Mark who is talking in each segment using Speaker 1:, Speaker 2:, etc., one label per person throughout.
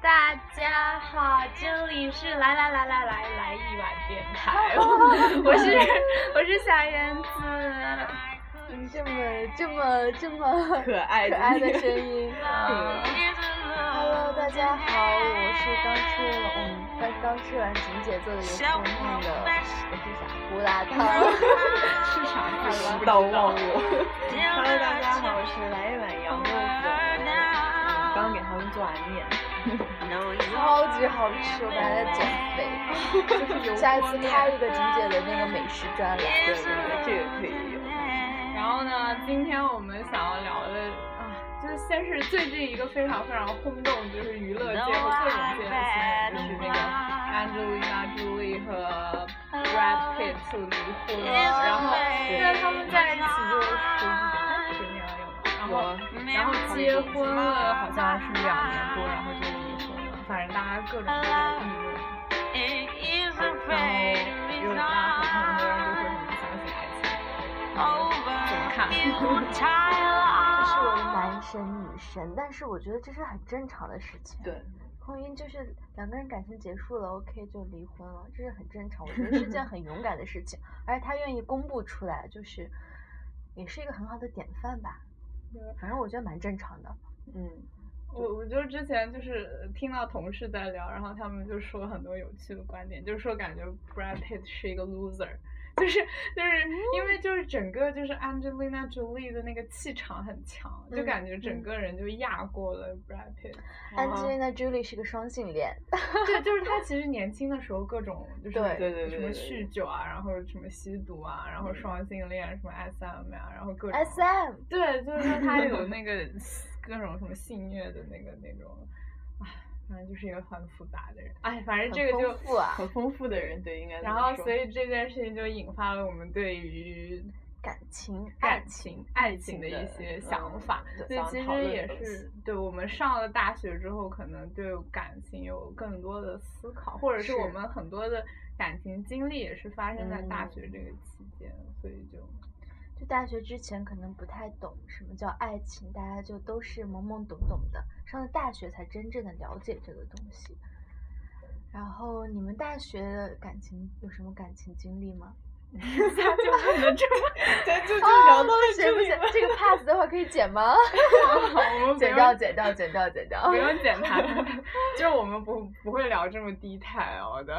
Speaker 1: 大家好，这里是来来来来来来一碗电 台， 我 是我是小圆子，
Speaker 2: 嗯，这么这么这么
Speaker 1: 可爱
Speaker 2: 可
Speaker 1: 的
Speaker 2: 爱的
Speaker 1: 那个
Speaker 2: 声音。
Speaker 1: 嗯
Speaker 2: Hello，大家好，我是刚吃完我们刚刚吃完婷姐做的油泼面的， 我是啥？胡辣 汤。
Speaker 1: 是啥意思？
Speaker 2: 好吧
Speaker 1: 不知道忘我。
Speaker 3: Hello，大家好，我是来一碗羊肉粉，刚给他们做完面。
Speaker 2: 超级好吃，我本来在减肥，下一次开 一个婷姐的那个美食专栏。
Speaker 3: 对对对，这个可以有。
Speaker 1: 然后呢，今天我们想要聊的啊，就是先是最近一个非常非常轰动，就是娱乐界和各种界的新闻，就是那个 Angelina Jolie 和 Brad Pitt 离婚了，然后
Speaker 3: 对
Speaker 1: 因为他们哎在一起就十哎十年了有吗？然后然后结婚了，好像是两年多，然后就离婚了，反正大家各种都在议论。
Speaker 2: 这是
Speaker 1: 然后有很大很多人就说什么相信爱情，怎么看？
Speaker 2: 我的男神女神，但是我觉得这是很正常的事情。
Speaker 3: 对，
Speaker 2: 婚姻就是两个人感情结束了，OK 就离婚了，这是很正常。我觉得是件很勇敢的事情，而且他愿意公布出来，就是也是一个很好的典范吧
Speaker 1: 对。
Speaker 2: 反正我觉得蛮正常的。
Speaker 3: 嗯，
Speaker 1: 我我就之前就是呃听到同事在聊，然后他们就说很多有趣的观点，就是说感觉 Brad Pitt 是一个 loser，就是就是因为就是整个就是 Angelina Jolie 的那个气场很强，就
Speaker 2: 嗯
Speaker 1: 感觉整
Speaker 2: 嗯
Speaker 1: 个人就压过了 Brad Pitt。
Speaker 2: Angelina Jolie 是个双性恋，
Speaker 1: 对，就是他其实年轻的时候各种就是
Speaker 2: 对嗯
Speaker 3: 对对对
Speaker 1: 什么
Speaker 3: 对对
Speaker 1: 酗酒啊，然后什么吸毒啊，然后双性恋什么 SM 呀、然后各种
Speaker 2: SM
Speaker 1: 对，就是说他有那个各种什么性虐的那个那种，唉，反正就是一个很复杂的人。哎，反正这
Speaker 2: 很
Speaker 1: 个
Speaker 2: 丰
Speaker 1: 就，
Speaker 2: 富啊，
Speaker 3: 很丰富的人，对，应该这
Speaker 1: 然
Speaker 3: 么
Speaker 1: 后
Speaker 3: 说
Speaker 1: 所以这件事情就引发了我们对于
Speaker 2: 感情、爱
Speaker 1: 感
Speaker 2: 情。
Speaker 1: 情、爱情
Speaker 3: 情
Speaker 1: 的一
Speaker 3: 的
Speaker 1: 些
Speaker 3: 嗯
Speaker 1: 想法。
Speaker 3: 对
Speaker 1: 所以
Speaker 3: 想
Speaker 1: 其
Speaker 3: 讨
Speaker 1: 实
Speaker 3: 论的
Speaker 1: 也
Speaker 3: 东
Speaker 1: 是
Speaker 3: 西
Speaker 1: 对我们上了大学之后，可能对感情有更多的思考，或者是我
Speaker 2: 是
Speaker 1: 们很多的感情经历也是发生在大
Speaker 2: 嗯
Speaker 1: 学这个期间，所以就。
Speaker 2: 就大学之前可能不太懂什么叫爱情，大家就都是懵懵懂懂的，上了大学才真正的了解这个东西。然后你们大学的感情有什么感情经历吗？
Speaker 1: 他就可能这么，
Speaker 3: 对 就就聊到了
Speaker 2: 不啊行
Speaker 3: 这
Speaker 2: 不
Speaker 3: 里
Speaker 2: 行
Speaker 3: 了。，
Speaker 2: 这个 pass 的话可以剪 吗？
Speaker 1: 我们不
Speaker 2: 剪
Speaker 1: 用
Speaker 2: 掉，剪掉，剪掉，剪
Speaker 3: 哦
Speaker 2: 掉
Speaker 1: 不。用检查它，就是我们不不会聊这么 detail 的，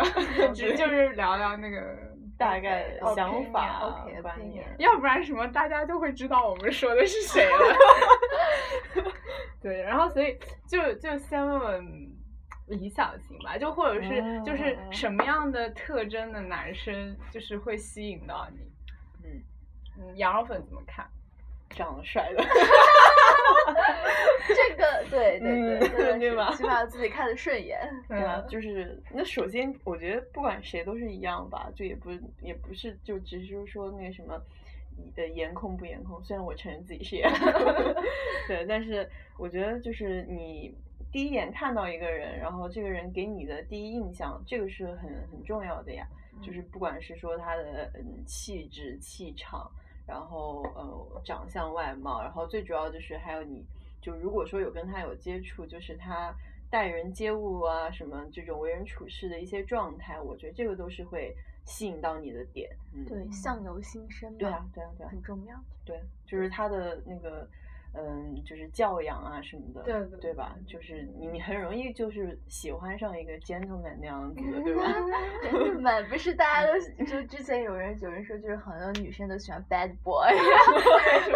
Speaker 1: 只 就是聊聊那个
Speaker 3: 大概
Speaker 2: ，OK，
Speaker 3: 想法、
Speaker 2: OK，OK，
Speaker 3: 观
Speaker 2: ，OK
Speaker 3: 念。
Speaker 1: 要不然什么大家就会知道我们说的是谁了。 对，然后所以就就先问问理想型吧，就或者是就是
Speaker 3: 嗯
Speaker 1: 什么样的特征的男生就是会吸引到你？
Speaker 3: 嗯，
Speaker 1: 嗯，羊肉粉怎么看？
Speaker 3: 长得帅的，
Speaker 2: 这个对对对，
Speaker 3: 嗯
Speaker 2: 真的
Speaker 3: 对
Speaker 2: 是
Speaker 3: 吧
Speaker 2: 起码自己看得顺眼。
Speaker 1: 嗯
Speaker 3: 对啊，就是那首先，我觉得不管谁都是一样吧，就也不也不是就只是说那个什么，你的颜控不颜控，虽然我承认自己是颜控，对，但是我觉得就是你第一眼看到一个人，然后这个人给你的第一印象，这个是很很重要的呀，就是不管是说他的嗯气质、气场，然后呃长相外貌，然后最主要就是还有你，就如果说有跟他有接触，就是他待人接物啊什么这种为人处事的一些状态，我觉得这个都是会吸引到你的点。嗯，
Speaker 2: 对，相由心生嘛，
Speaker 3: 对啊，对啊，对啊，
Speaker 2: 很重要。
Speaker 3: 对，就是他的那个。嗯，就是教养啊什么的，
Speaker 1: 对对
Speaker 3: 对吧？就是你你很容易就是喜欢上一个 gentleman 那样子的，对吧？
Speaker 2: 满不是大家都就之前有人有人说就是好像女生都喜欢 bad boy，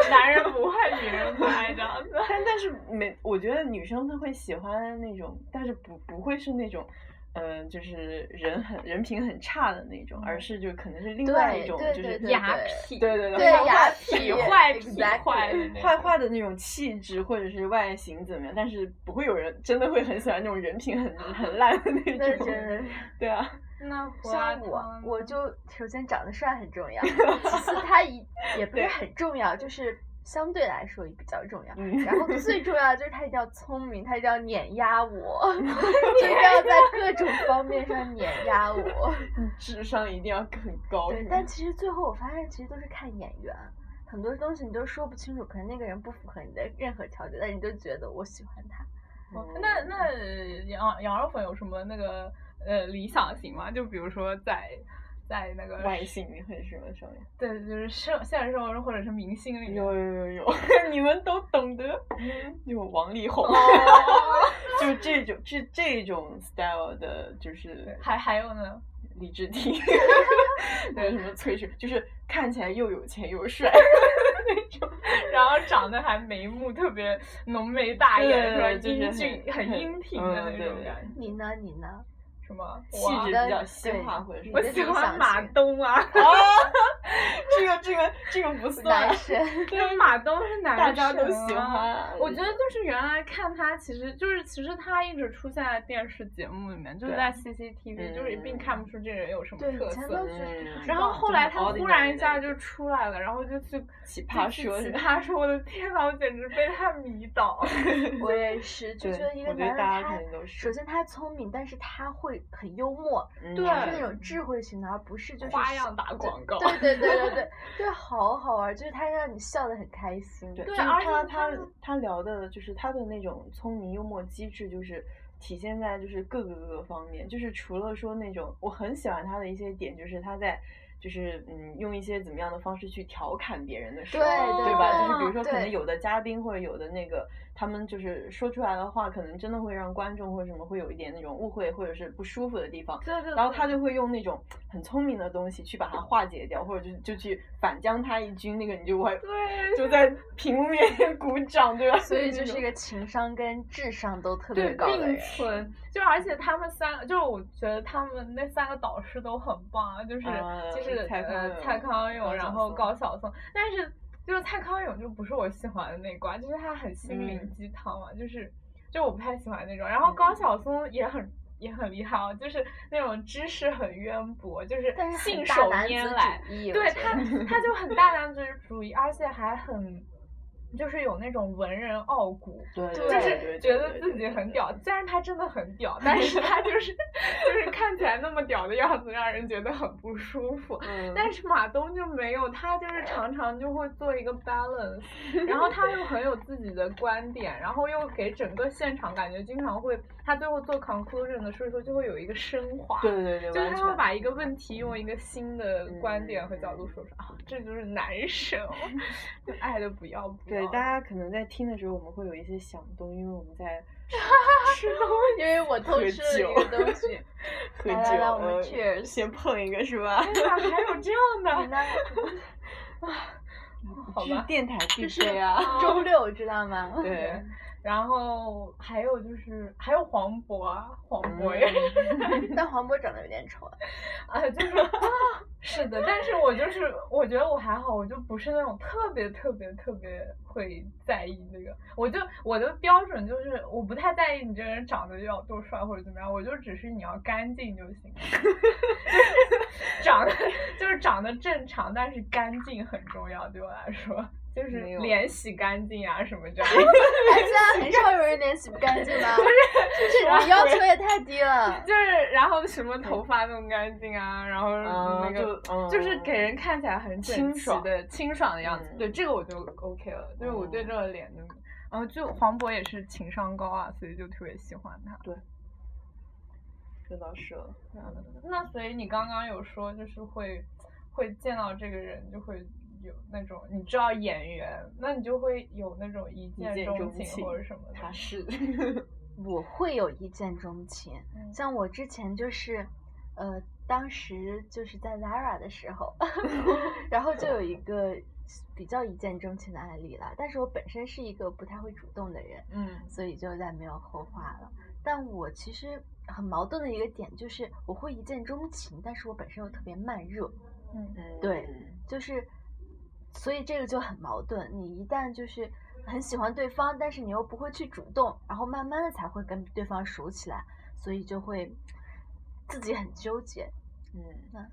Speaker 1: 男人不坏，女人不爱这样子。
Speaker 3: 但但是没，我觉得女生她会喜欢那种，但是不不会是那种，嗯、就是人很人品很差的那种，而是就可能是另外一
Speaker 2: 对
Speaker 3: 种，
Speaker 2: 对
Speaker 3: 就
Speaker 2: 对
Speaker 3: 是
Speaker 2: 对
Speaker 1: 雅痞
Speaker 3: 嗯对对
Speaker 2: 对
Speaker 3: 坏
Speaker 2: 雅
Speaker 3: 痞
Speaker 2: 痞
Speaker 3: 坏
Speaker 1: 坏痞
Speaker 2: exactly
Speaker 1: 坏的那
Speaker 3: 坏
Speaker 1: 种
Speaker 3: 坏的那种气质或者是外形怎么样，但是不会有人真的会很喜欢那种人品很很烂的
Speaker 2: 那
Speaker 3: 那种
Speaker 2: 真，的是。
Speaker 3: 对啊，
Speaker 1: 那胡辣
Speaker 2: 像
Speaker 1: 汤
Speaker 2: 我，我
Speaker 1: 呢
Speaker 2: 就首先长得帅很重 要，其次他也也不是
Speaker 3: 对
Speaker 2: 很重要，就是相对来说也比较重要。
Speaker 3: 嗯
Speaker 2: 然后最重要的就是他一定要聪明，他一定要碾压 我， 就一定要在各种方面上碾压我。
Speaker 3: 智商一定要很高，
Speaker 2: 对
Speaker 3: 是，
Speaker 2: 但
Speaker 3: 吗
Speaker 2: 其实最后我发现，其实都是看眼缘，很多东西你都说不清楚，可能那个人不符合你的任何条件，但你就觉得我喜欢他，
Speaker 1: 哦那那羊羊肉粉有什么那个呃理想型吗？就比如说在在那个
Speaker 3: 外形或者什么什么，
Speaker 1: 对，就是生现实生活中或者是明星里面
Speaker 3: 有有有嗯有， 你们都懂得，有王力 宏，就这种这这种 style 的，就是
Speaker 1: 还还有呢，
Speaker 3: 李治廷，对什么崔始，就是看起来又有钱又 帅。那种，
Speaker 1: 然后长得还眉目特别浓眉大眼，是吧？英俊、很嗯英挺的那种感觉。
Speaker 2: 你呢？你呢？
Speaker 1: 什么
Speaker 3: 气质比较西化，或者是
Speaker 1: 我 喜欢马东啊。
Speaker 3: 哦，这个这个这个不算。
Speaker 2: 男神，
Speaker 1: 对，马东是男啊
Speaker 3: 神，大家都喜欢。
Speaker 1: 我觉得就是原来看他，其实就是其实他一直出现在电视节目里面，就是在
Speaker 3: 嗯
Speaker 1: CCTV，就是一并看不出这人有什么特色。嗯然后后来他忽然一下就出来了，然后就去
Speaker 3: 奇葩说，
Speaker 1: 奇葩说，我的天呐，我简直被他迷倒。
Speaker 2: 我也是，就觉得一个男
Speaker 3: 人
Speaker 2: 他首先他聪明，但是他会。很幽默，
Speaker 3: 嗯
Speaker 1: 对，
Speaker 2: 是那种智慧型的，而不是就是
Speaker 1: 花样打广告。
Speaker 2: 对对对对对，对，好好玩，就是他让你笑得很开心。
Speaker 1: 对，
Speaker 3: 就是他他他聊的，就是他的那种聪明幽默机智，就是体现在就是各个各个方面。就是除了说那种，我很喜欢他的一些点，就是他在。就是嗯，用一些怎么样的方式去调侃别人的时候，
Speaker 2: 对,
Speaker 3: 对吧？就是比如说，
Speaker 2: 可
Speaker 3: 能有的嘉宾或者有的那个，他们就是说出来的话，可能真的会让观众或者什么会有一点那种误会或者是不舒服的地方。
Speaker 1: 对对,对。
Speaker 3: 然后他就会用那种很聪明的东西去把它化解掉，或者就就去反将他一军，那个你就会就在屏幕面前鼓掌，对吧？
Speaker 2: 所以就是一个情商跟智商都特别高
Speaker 1: 的人。并存，就而且他们三，就是我觉得他们那三个导师都很棒，啊就是其实。是
Speaker 3: 蔡
Speaker 1: 呃蔡康永，然后高晓松，但是就是蔡康永就不是我喜欢的那挂，就是他很心灵鸡汤嘛，嗯、嗯就是就我不太喜欢那种。然后高晓松也很、嗯、也很厉害啊，就是那种知识很渊博，就是信手拈来，对他他就很大男子主义，而且还很。就是有那种文人傲骨，
Speaker 3: 对
Speaker 1: 对就是觉得自己很屌。虽然他真的很屌，但是他就是 就是看起来那么屌的样子，让人觉得很不舒服。
Speaker 3: 嗯、
Speaker 1: 但是马东就没有，他就是常常就会做一个 balance，然后他又很有自己的观点，然后又给整个现场感觉经常会，他最后做 conclusion 的时候就会有一个升华。
Speaker 3: 对嗯对对，
Speaker 1: 就是他会把一个问题用一个新的观点和角度说出来、嗯、啊，这就是男神，哦 就爱的不要不要。
Speaker 3: 对，大家可能在听的时候，我们会有一些响动，因为我 们在
Speaker 1: 吃东西，
Speaker 2: 因为我偷吃了一个东 西。
Speaker 3: 喝酒，呃
Speaker 2: 来来来，我们 cheers，
Speaker 3: 先碰一个是吧？
Speaker 1: 哪还有这 样的？
Speaker 3: 这是电台必备
Speaker 1: 嗯
Speaker 3: 啊！
Speaker 2: 周六知道吗？
Speaker 3: 对。
Speaker 1: 然后还有就是还有黄渤啊，黄渤也，
Speaker 2: 但黄渤长得有点丑啊。
Speaker 1: 啊，就是。是的，但是我就是我觉得我还好，我就不是那种特别特别特别会在意这个，我就我的标准就是我不太在意你这个人长得要多帅或者怎么样，我就只是你要干净就行，长得就是长得正常，但是干净很重要对我来说。就是脸洗干净啊，什么这样。
Speaker 2: 哎，现在很少有人脸洗不干净吧？
Speaker 1: 不
Speaker 2: 是，就是你要求也太低了。
Speaker 1: 就是然后什么头发弄干净啊，然后那
Speaker 3: 个
Speaker 1: 就是给人看起来很
Speaker 3: 清爽
Speaker 1: 的清爽嗯哦的样子。对，这个我就 OK 了，就是我对这个脸的。然后就黄渤也是情商高啊，所以就特别喜欢他。
Speaker 3: 对，这倒是。
Speaker 1: 嗯那所以你刚刚有说就是会会见到这个人就会。有那种你知道演员，那你就会有那种一见钟情或者什么的。
Speaker 3: 他是，
Speaker 1: 嗯
Speaker 2: 我会有一见钟情。嗯、像我之前就是，呃，当时就是在 Zara 的时 候，然后就有一个比较一见钟情的案例了。但是我本身是一个不太会主动的人，
Speaker 1: 嗯，
Speaker 2: 所以就再没有后话了。但我其实很矛盾的一个点就是，我会一见钟情，但是我本身又特别慢热。
Speaker 1: 嗯，
Speaker 2: 对，就是。所以这个就很矛盾，你一旦就是很喜欢对方，但是你又不会去主动，然后慢慢的才会跟对方熟起来，所以就会自己很纠结。
Speaker 3: 嗯，
Speaker 2: 那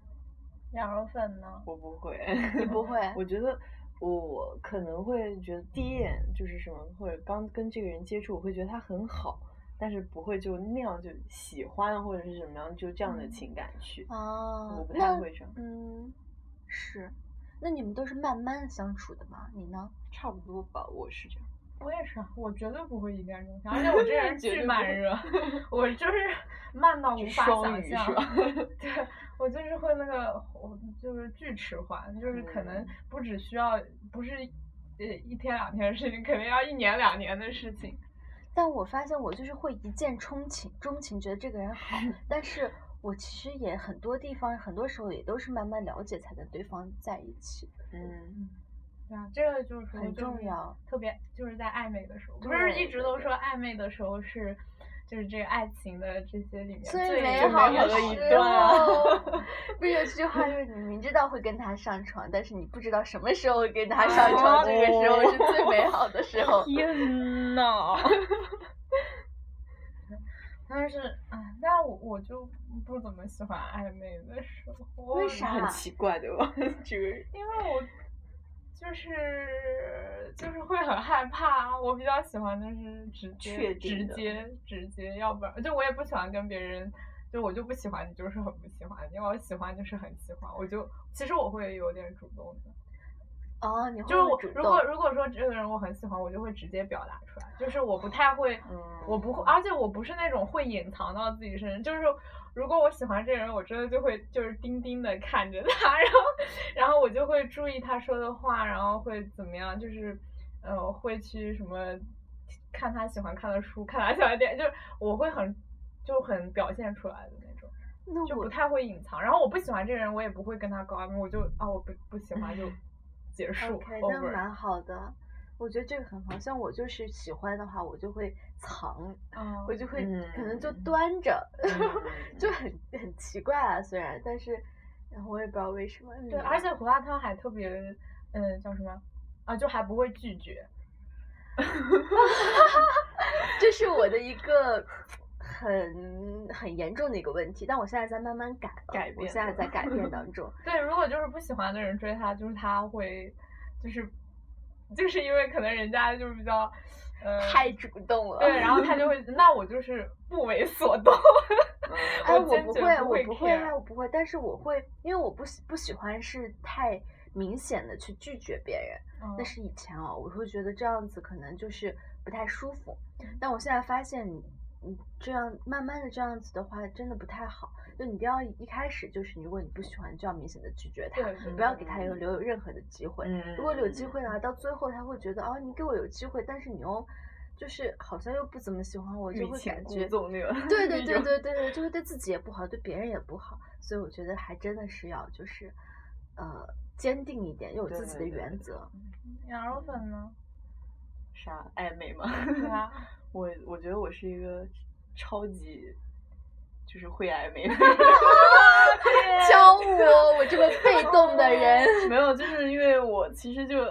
Speaker 1: 羊肉粉呢？
Speaker 3: 我不会，
Speaker 2: 你不会？
Speaker 3: 我觉得我可能会觉得第一眼就是什么，或者刚跟这个人接触，我会觉得他很好。但是不会就那样就喜欢或者是什么样就这样的情感去。
Speaker 2: 哦、
Speaker 3: 嗯，我不太会这样。
Speaker 2: 嗯，是。那你们都是慢慢相处的吗？你呢？
Speaker 3: 差不多吧，我是这样。
Speaker 1: 我也是，我绝对不会一见钟情，而且我 这人巨慢热， 我就是慢到无法想象。 对，我就是会那个，我就是巨迟缓，就是可
Speaker 2: 嗯
Speaker 1: 能不只需要不是呃一天两天的事情，可能要一年两年的事情。
Speaker 2: 但我发现我就是会一见钟情，钟情觉得这个人 好，但是我其实也很多地方，很多时候也都是慢慢了解才跟对方在一起。
Speaker 3: 嗯。
Speaker 1: 对啊，这个就是说
Speaker 2: 很重要，
Speaker 1: 特别就是在暧昧的时候，不是一直都说暧昧的时候是，就是这个爱情的这些里面
Speaker 2: 最
Speaker 1: 美
Speaker 2: 好
Speaker 1: 的
Speaker 2: 一
Speaker 1: 段。啊
Speaker 2: 不是有句话就是你明知道会跟他上床，但是你不知道什么时候会跟他上床，这个时候是最美好的时
Speaker 1: 哦
Speaker 2: 候。
Speaker 1: 天呐！ 但是，哎，但我我就不怎么喜欢暧昧的时候。
Speaker 2: 为啥？
Speaker 3: 很奇怪对吧？ 这个
Speaker 1: 因为我。就是就是会很害怕，我比较喜欢就是直接直接直接，要不然就我也不喜欢跟别人，就我就不喜欢你，就是很不喜欢你，因为我喜欢就是很喜欢，我就其实我会有点主动的。
Speaker 2: 哦，你会
Speaker 1: 就是我如果如果说这个人我很喜欢，我就会直接表达出来，就是我不太会，
Speaker 3: 嗯、
Speaker 1: 我不会，而且我不是那种会隐藏到自己身上，就是如果我喜欢这个人，我真的就会就是盯盯的看着他， 然后然后我就会注意他说的话，然后会怎么样，就是呃会去什么看他喜欢看的书，看他喜欢电影，就是我会很就很表现出来的那种。
Speaker 2: 那
Speaker 1: 就不太会隐藏，然后我不喜欢这个人，我也不会跟他搞暧昧，我就啊我不不喜欢就。结束
Speaker 2: ，OK，那蛮好的，我觉得这个很好。像我就是喜欢的话，我就会藏
Speaker 1: ，oh,
Speaker 2: 我就会、
Speaker 3: 嗯、
Speaker 2: 可能就端着，
Speaker 1: 嗯
Speaker 2: 就很很奇怪啊。虽然，但是，然后我也不知道为什么。
Speaker 1: 对，而且胡辣汤还特别，嗯，叫什么啊？就还不会拒绝。
Speaker 2: 这是我的一个很很严重的一个问题，但我现在在慢慢改了，
Speaker 1: 改变
Speaker 2: 我现在在改 变当中。
Speaker 1: 对，如果就是不喜欢的人追他，就是他会，就是，就是因为可能人家就是比较，呃，
Speaker 2: 太主动了。
Speaker 1: 对，然后他就会，那我就是不为所动。
Speaker 2: 哎，
Speaker 1: 我
Speaker 2: 不会，
Speaker 1: 我
Speaker 2: 不会啊，我不会，但是我会，因为我不喜不喜欢是太明显的去拒绝别人。那、
Speaker 1: 嗯、
Speaker 2: 是以前哦，我会觉得这样子可能就是不太舒服，
Speaker 3: 嗯
Speaker 2: 但我现在发现你。你这样慢慢的这样子的话，真的不太好。就你不要一开始就是，如果你不喜欢，就要明显的拒绝他，不要给他有留有任何的机会。
Speaker 3: 嗯、
Speaker 2: 如果有机会的话，到最后他会觉得哦，你给我有机会，但是你又就是好像又不怎么喜欢我，就会感觉对对对对对对，就会对自己也不好，对别人也不好。所以我觉得还真的是要就是呃坚定一点，又有自己的原则。
Speaker 1: 羊肉粉呢？
Speaker 3: 啥暧昧吗？
Speaker 1: 对啊。
Speaker 3: 我我觉得我是一个超级就是会暧昧的人，
Speaker 2: 教我我这么被动的 人。
Speaker 3: 没有，就是因为我其实就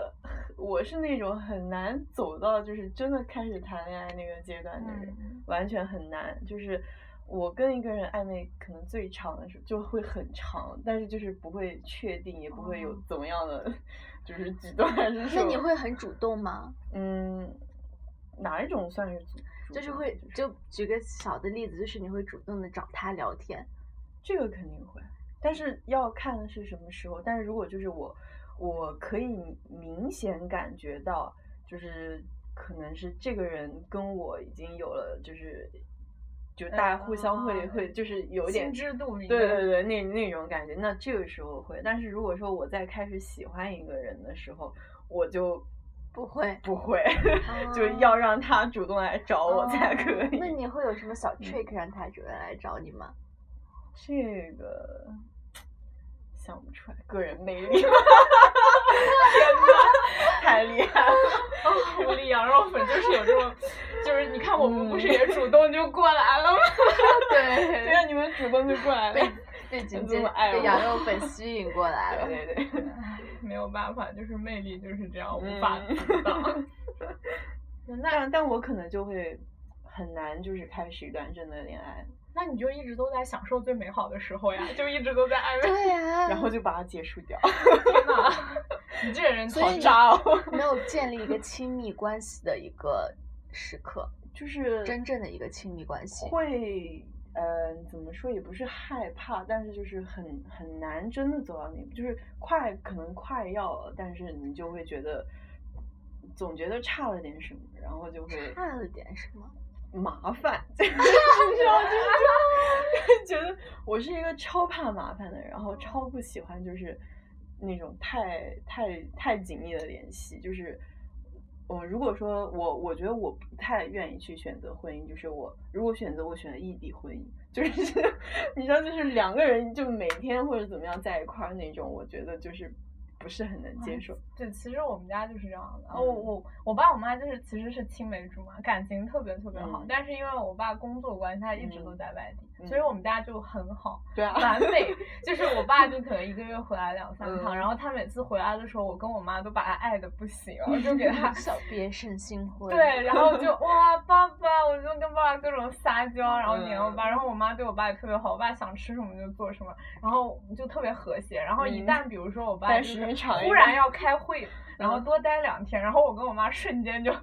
Speaker 3: 我是那种很难走到就是真的开始谈恋爱那个阶段的人，
Speaker 1: 嗯、
Speaker 3: 完全很难。就是我跟一个人暧昧，可能最长的时候就会很长，但是就是不会确定，也不会有怎么样的就是极端。嗯、
Speaker 2: 哦那你会很主动吗？
Speaker 3: 嗯。哪一种算是主？
Speaker 2: 就是会
Speaker 1: 嗯
Speaker 2: 就举个小的例子，就是你会主动的找他聊天，
Speaker 3: 这个肯定会，但是要看是什么时候。但是如果就是我，我可以明显感觉到，就是可能是这个人跟我已经有了，就是就大家互相会、
Speaker 1: 嗯、
Speaker 3: 会就是有
Speaker 1: 心
Speaker 3: 点
Speaker 1: 知肚明，
Speaker 3: 对对对，那那种感觉。那这个时候会，但是如果说我在开始喜欢一个人的时候，我就。
Speaker 2: 不 会，啊
Speaker 3: 不会，
Speaker 1: 嗯
Speaker 3: 就要让他主动来找我
Speaker 1: 哦
Speaker 3: 才可以。
Speaker 2: 哦那你会有什么小 trick 让他主动来找你吗？
Speaker 3: 这个想不出来，个人魅力。天
Speaker 1: 呐，
Speaker 3: 太厉害了！
Speaker 1: 狐狸哦羊肉粉就是有这种，就是你看我们不是也主动就过来了吗？
Speaker 2: 嗯对，
Speaker 3: 对啊，你们主动就过来了，
Speaker 2: 被姐
Speaker 3: 姐
Speaker 2: 被羊肉粉吸引过来 了。
Speaker 3: 对对 对。
Speaker 1: 没有办法，就是魅力就是这样，无法阻挡。
Speaker 3: 那但我可能就会很难，就是开始一段真的恋爱。
Speaker 1: 那你就一直都在享受最美好的时候呀，就一直都在暧昧。
Speaker 2: 对呀、啊。
Speaker 3: 然后就把它结束掉。
Speaker 1: 天呐，你这人
Speaker 2: 好
Speaker 1: 渣哦！
Speaker 2: 没有建立一个亲密关系的一个时 刻，
Speaker 3: 就是
Speaker 2: 真正的一个亲密关系。
Speaker 3: 会。呃，怎么说也不是害怕，但是就是很很难真的走到那步，就是快可能快要了，但是你就会觉得总觉得差了点什么，然后就会
Speaker 2: 差了点什么。
Speaker 3: 麻烦， 你知道，就是觉得我是一个超怕麻烦的，然后超不喜欢就是那种太太太紧密的联系。就是我如果说我，我觉得我不太愿意去选择婚姻，就是我如果选择，我选择异地婚姻， 就是你知道，就是两个人就每天或者怎么样在一块儿那种，我觉得就是。不是很能接受、嗯。
Speaker 1: 对，其实我们家就是这样的。嗯、我我我爸我妈就是其实是青梅竹马，感情特别特别好。
Speaker 3: 嗯、
Speaker 1: 但是因为我爸工作关系，他一直都在外地，所以我们家就很好，
Speaker 3: 对啊，
Speaker 1: 完美。 就是我爸就可能一个月回来两三趟，然后他每次回来的时候，我跟我妈都把他爱的不 行，我就给他
Speaker 2: 小别胜新婚。
Speaker 1: 对，然后就哇爸爸，我就跟爸爸各种撒娇，然后黏
Speaker 3: 嗯
Speaker 1: 我爸，然后我妈对我爸也特别好，我爸想吃什么就做什么，然后就特别和谐。然后
Speaker 3: 嗯
Speaker 1: 一旦比如说我爸就是。突然要开 会，然
Speaker 3: 嗯
Speaker 1: 后多待两天，然后我跟我妈瞬间就，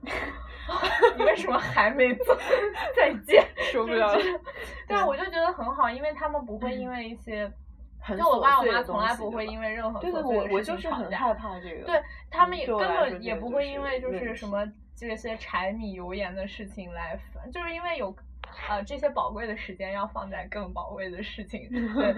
Speaker 1: 你为什么还没走？ 再见，
Speaker 3: 受 不了了。嗯
Speaker 1: 但我就觉得很好，因为他们不会因为一些，
Speaker 3: 很
Speaker 1: 就我爸我妈从来不会因为任何琐碎
Speaker 3: 的
Speaker 1: 事
Speaker 3: 我就是很害怕这个。
Speaker 1: 对他们也根本也不会因为就是什么这些柴米油盐的事情来烦，就是因为有。呃，这些宝贵的时间要放在更宝贵的事情，对，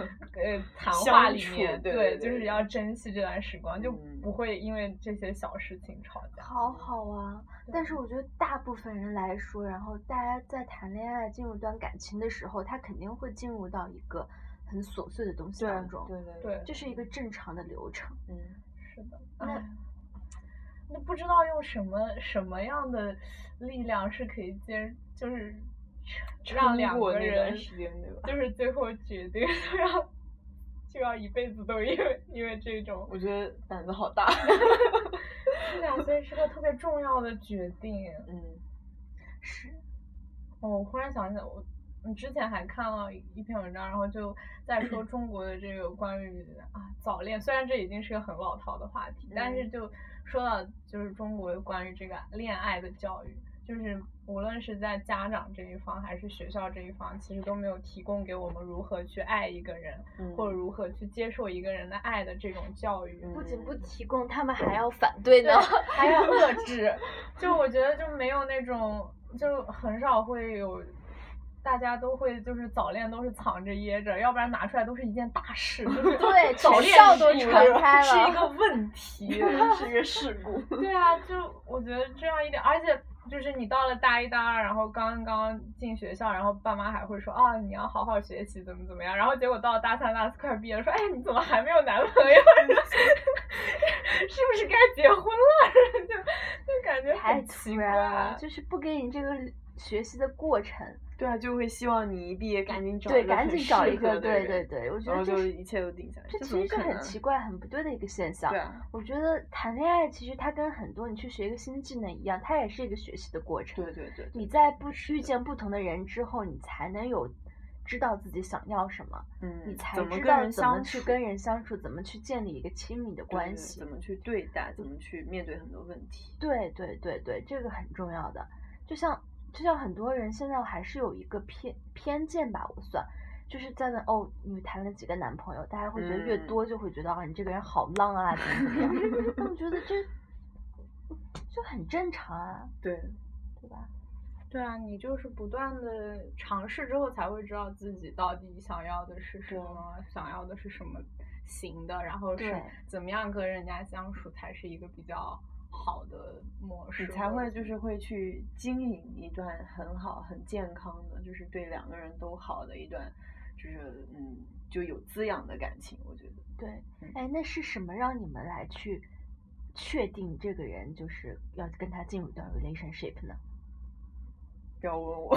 Speaker 1: 呃，谈话里面，
Speaker 3: 对，
Speaker 1: 对
Speaker 3: 对
Speaker 1: 就是要珍惜这段时光，嗯、就不会因为这些小事情吵架。
Speaker 2: 好好啊，但是我觉得大部分人来说，然后大家在谈恋爱、进入一段感情的时候，他肯定会进入到一个很琐碎的东西当中，
Speaker 3: 对
Speaker 1: 对对，
Speaker 2: 这是一个正常的流程。
Speaker 3: 嗯，
Speaker 1: 是的。那、嗯、那不知道用什么什么样的力量是可以接，就是。让两个人就是最后决定 就要就要一辈子都因为因为这种，
Speaker 3: 我觉得胆子好 大。
Speaker 1: 对啊，所以是个特别重要的决定。
Speaker 3: 嗯，
Speaker 2: 是。
Speaker 1: 哦，我忽然想起来，我你之前还看了一篇文章，然后就在 说中国的这个关于啊早恋，虽然这已经是个很老套的话题，
Speaker 3: 嗯、
Speaker 1: 但是就说到就是中国关于这个恋爱的教育。就是无论是在家长这一方还是学校这一方，其实都没有提供给我们如何去爱一个人，
Speaker 3: 嗯、
Speaker 1: 或者如何去接受一个人的爱的这种教育。
Speaker 2: 不仅不提供，他们还要反对呢，
Speaker 1: 对还要遏制。就我觉得就没有那种，就很少会有，大家都会就是早恋都是藏着掖着，要不然拿出来都是一件大事。就是、
Speaker 2: 对，
Speaker 1: 早恋
Speaker 2: 都传开了，
Speaker 1: 是一个问题，
Speaker 3: 是 一个事故。
Speaker 1: 对啊，就我觉得这样一点，而且。就是你到了大一、大二，然后刚刚进学校，然后爸妈还会说啊，你要好好学习，怎么怎么样。然后结果到了大三、大四快毕业了，说哎，你怎么还没有男朋友？是不是该结婚了？ 就就感觉
Speaker 2: 太
Speaker 1: 奇怪了，
Speaker 2: 就是不给你这个学习的过程。
Speaker 3: 对啊，就会希望你一毕业赶紧找
Speaker 2: 对，赶紧找一个，
Speaker 3: 对
Speaker 2: 对对，我觉得
Speaker 3: 这一切都定下来。
Speaker 2: 这其实是很奇怪、很不对的一个现象。
Speaker 3: 对啊，
Speaker 2: 我觉得谈恋爱其实它跟很多你去学一个新技能一样，它也是一个学习的过程。
Speaker 3: 对对对。
Speaker 2: 你在不遇见不同的人之后，你才能有知道自己想要什么，
Speaker 3: 嗯，
Speaker 2: 你才知道怎么去跟人相处，怎么去建立一个亲密的关系，
Speaker 3: 怎么去对待，怎么去面对很多问题。
Speaker 2: 对对对对，这个很重要的，就像。就像很多人现在还是有一个偏偏见吧，我算，就是在问哦，你谈了几个男朋友？大家会觉得越多就会觉得、嗯、啊，你这个人好浪啊，怎么怎么样？但我觉得这就很正常啊，
Speaker 3: 对，
Speaker 2: 对吧？
Speaker 1: 对啊，你就是不断的尝试之后才会知道自己到底想要的是什么，想要的是什么型的，然后是怎么样跟人家相处才是一个比较。好的模式，
Speaker 3: 你才会就是会去经营一段很好、很健康的，就是对两个人都好的一段，就是嗯，就有滋养的感情。我觉得
Speaker 2: 对，哎，那是什么让你们来去确定这个人就是要跟他进入一段 relationship 呢？
Speaker 3: 不要问我，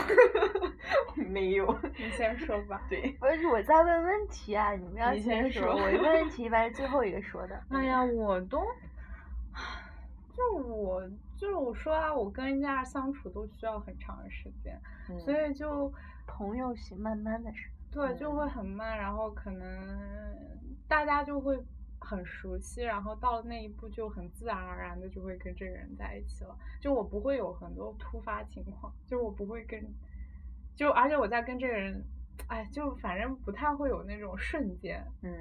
Speaker 3: 没有，
Speaker 1: 你先说吧。
Speaker 3: 对，
Speaker 2: 不是我在问问题啊，你们要
Speaker 3: 先
Speaker 2: 说，我问问题一般是最后一个说 的。
Speaker 1: 哎呀，我都。就我就是我说啊，我跟人家相处都需要很长的时间，
Speaker 3: 嗯、
Speaker 1: 所以就
Speaker 2: 朋友型慢慢的
Speaker 1: 对，就会很慢，然后可能大家就会很熟悉，然后到了那一步就很自然而然的就会跟这个人在一起了。就我不会有很多突发情况，就我不会跟，就而且我在跟这个人，哎，就反正不太会有那种瞬间，
Speaker 3: 嗯。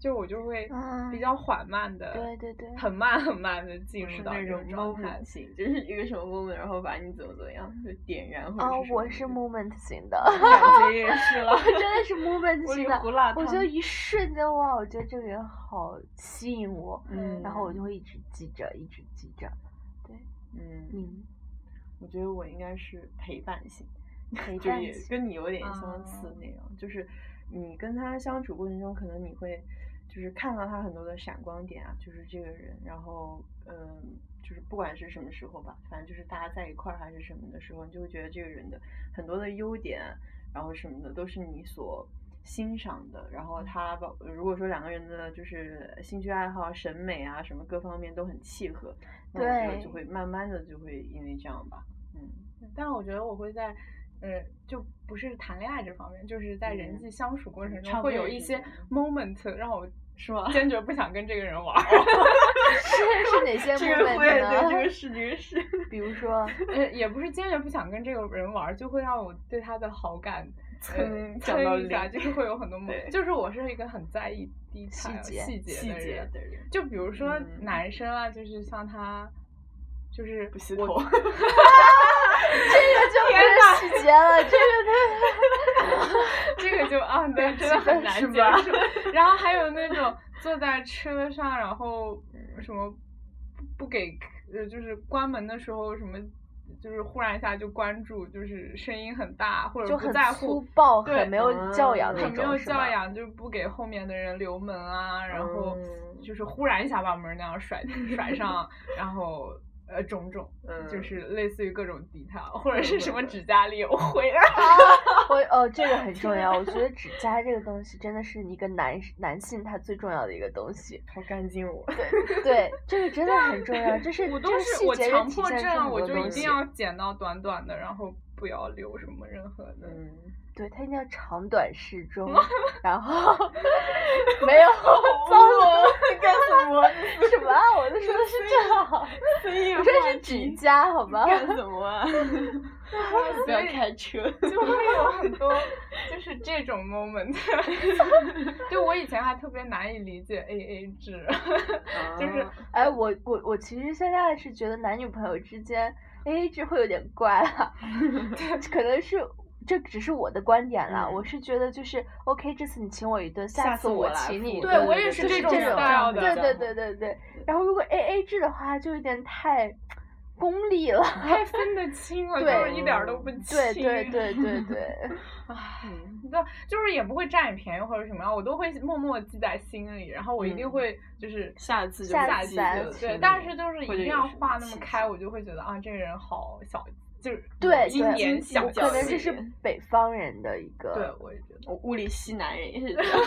Speaker 1: 就我就会比较缓慢的，
Speaker 2: 对对对，
Speaker 1: 很慢很慢的进入到
Speaker 3: 那
Speaker 1: 种状态
Speaker 3: moment 型， 就是一个什么 moment，然后把你怎么怎么样就点燃或者
Speaker 2: 哦，我
Speaker 3: 是
Speaker 2: 是 moment 型的，
Speaker 3: 感觉也是了，
Speaker 2: 真的是 moment
Speaker 3: 糊里
Speaker 2: 型的。
Speaker 3: 糊啦，
Speaker 2: 我就一瞬间哇，我觉得这个人好吸引我，
Speaker 3: 嗯，
Speaker 2: 然后我就会一直记着，一直记着。对，
Speaker 3: 嗯，
Speaker 2: 嗯，
Speaker 3: 我觉得我应该是陪伴型。
Speaker 2: 陪
Speaker 3: 就
Speaker 2: 伴
Speaker 3: 也
Speaker 2: 型
Speaker 3: 跟你有点相似那种，就是你跟他相处过程中，可能你会就是看到他很多的闪光点啊，就是这个人，然后嗯，就是不管是什么时候吧，反正就是大家在一块儿还是什么的时候，你就会觉得这个人的很多的优点，然后什么的都是你所。欣赏的，然后他包如果说两个人的就是兴趣爱好、审美啊什么各方面都很契合，那我觉得
Speaker 2: 对
Speaker 3: 就会慢慢的就会因为这样吧，嗯，
Speaker 1: 但是我觉得我会在，呃，就不是谈恋爱这方面，就是在人
Speaker 3: 嗯
Speaker 1: 际相处过程中
Speaker 3: 差不
Speaker 1: 会
Speaker 3: 多
Speaker 1: 有
Speaker 3: 也
Speaker 1: 一
Speaker 3: 是
Speaker 1: 些
Speaker 3: 这样
Speaker 1: moment 让我
Speaker 3: 是吗？
Speaker 1: 坚决不想跟这个人玩儿。
Speaker 2: 是是哪些
Speaker 3: 这个
Speaker 2: moment
Speaker 3: 会，对，这
Speaker 2: 呢？
Speaker 3: 个是，这个 是，
Speaker 2: 比如说，
Speaker 1: 呃，也不是坚决不想跟这个人玩儿，就会让我对他的好感
Speaker 3: 蹭
Speaker 1: 呃
Speaker 3: 降到
Speaker 1: 蹭一下，
Speaker 3: 零
Speaker 1: 就是会有很多矛
Speaker 3: 对
Speaker 1: 就是我是一个很在意 detail
Speaker 2: 节
Speaker 1: 细
Speaker 3: 细
Speaker 1: 节的
Speaker 3: 节
Speaker 1: 人，
Speaker 3: 的人，
Speaker 1: 就比如说
Speaker 3: 嗯
Speaker 1: 男生啊，就是像他，就是
Speaker 3: 不洗
Speaker 1: 我
Speaker 3: 头，
Speaker 2: 这个就不是细节了，这个
Speaker 1: 这个就啊，对，真
Speaker 2: 气
Speaker 1: 的很
Speaker 2: 氛
Speaker 1: 难
Speaker 2: 是
Speaker 1: 接
Speaker 2: 吧
Speaker 1: 受。然后还有那种坐在车上，然后什么不不给，呃，就是关门的时候什么，就是忽然一下就关住，就是声音很大，或者
Speaker 2: 就
Speaker 1: 不
Speaker 2: 很
Speaker 1: 在
Speaker 2: 粗
Speaker 1: 乎，
Speaker 2: 暴，
Speaker 1: 对
Speaker 2: 很没有教养那
Speaker 1: 很
Speaker 2: 种，
Speaker 1: 没有
Speaker 2: 是
Speaker 1: 教
Speaker 2: 吧。
Speaker 1: 养，就不给后面的人留门啊，然后
Speaker 3: 嗯
Speaker 1: 就是忽然一下把门那样甩甩上，然后。呃，种种，就
Speaker 3: 嗯
Speaker 1: 是类似于各种 detail，或者是什么
Speaker 3: 嗯
Speaker 1: 指甲里有灰 啊，
Speaker 2: 我哦，这个很重要。我觉得指甲这个东西真的是一个男男性他最重要的一个东西。
Speaker 3: 好干净哦我，
Speaker 2: 对，这个真的很重要，这是
Speaker 1: 我
Speaker 2: 这
Speaker 1: 都
Speaker 2: 个
Speaker 1: 是
Speaker 2: 细
Speaker 1: 我
Speaker 2: 节是
Speaker 1: 强
Speaker 2: 体
Speaker 1: 迫
Speaker 2: 现出
Speaker 1: 症，
Speaker 2: 很
Speaker 1: 我
Speaker 2: 多
Speaker 1: 就一
Speaker 2: 东
Speaker 1: 定
Speaker 2: 西。
Speaker 1: 要剪到短短的，然后不要留什么任何的。
Speaker 3: 嗯，
Speaker 2: 对，它一定要长短适 中，然后没有糟了
Speaker 3: 干什么？
Speaker 2: 什么啊？我都说的是这，
Speaker 3: 非
Speaker 2: 这 是指甲好吗？
Speaker 3: 干什么 啊？不要开车，
Speaker 1: 就会有很多就是这种 moment，就我以前还特别难以理解 A A 制，就是
Speaker 3: 啊
Speaker 2: 哎，我我我其实现在是觉得男女朋友之间 A A 制会有点怪了，可能是这只是我的观点啦。
Speaker 3: 嗯
Speaker 2: 我是觉得就是 O、k 这次你请我一顿，
Speaker 3: 下
Speaker 2: 次
Speaker 3: 次我
Speaker 2: 我
Speaker 3: 来
Speaker 2: 请你一
Speaker 3: 付
Speaker 2: 顿。
Speaker 1: 对我也
Speaker 2: 就是是
Speaker 1: 这
Speaker 2: 这
Speaker 1: 种 style 的
Speaker 2: 对对对对对。然后如果 A A 制的话，就有点太功利了。
Speaker 1: 太分得清 了，
Speaker 2: 对嗯
Speaker 1: 就是一点儿都不清。
Speaker 2: 对对 对对对，
Speaker 3: 嗯
Speaker 1: 那就是也不会占你便宜或者什么样，我都会默默记在心里，然后我一定
Speaker 3: 嗯
Speaker 1: 会就是
Speaker 3: 下次就
Speaker 2: 下
Speaker 1: 下
Speaker 3: 不
Speaker 2: 次
Speaker 3: 记
Speaker 2: 咱
Speaker 3: 得
Speaker 1: 对
Speaker 3: 了，
Speaker 1: 但是就是一
Speaker 3: 或者
Speaker 1: 定
Speaker 3: 有
Speaker 1: 要
Speaker 3: 什么
Speaker 1: 画那么
Speaker 3: 细
Speaker 1: 开，
Speaker 3: 节
Speaker 1: 我就会觉得啊，这个人好小，就是
Speaker 2: 对
Speaker 1: 一
Speaker 2: 对
Speaker 1: 眼小
Speaker 3: 我
Speaker 1: 小
Speaker 2: 可能
Speaker 1: 气
Speaker 2: 这是北方人的一
Speaker 1: 对
Speaker 2: 个，，
Speaker 1: 我也觉得
Speaker 3: 我物理系男人也是 这样，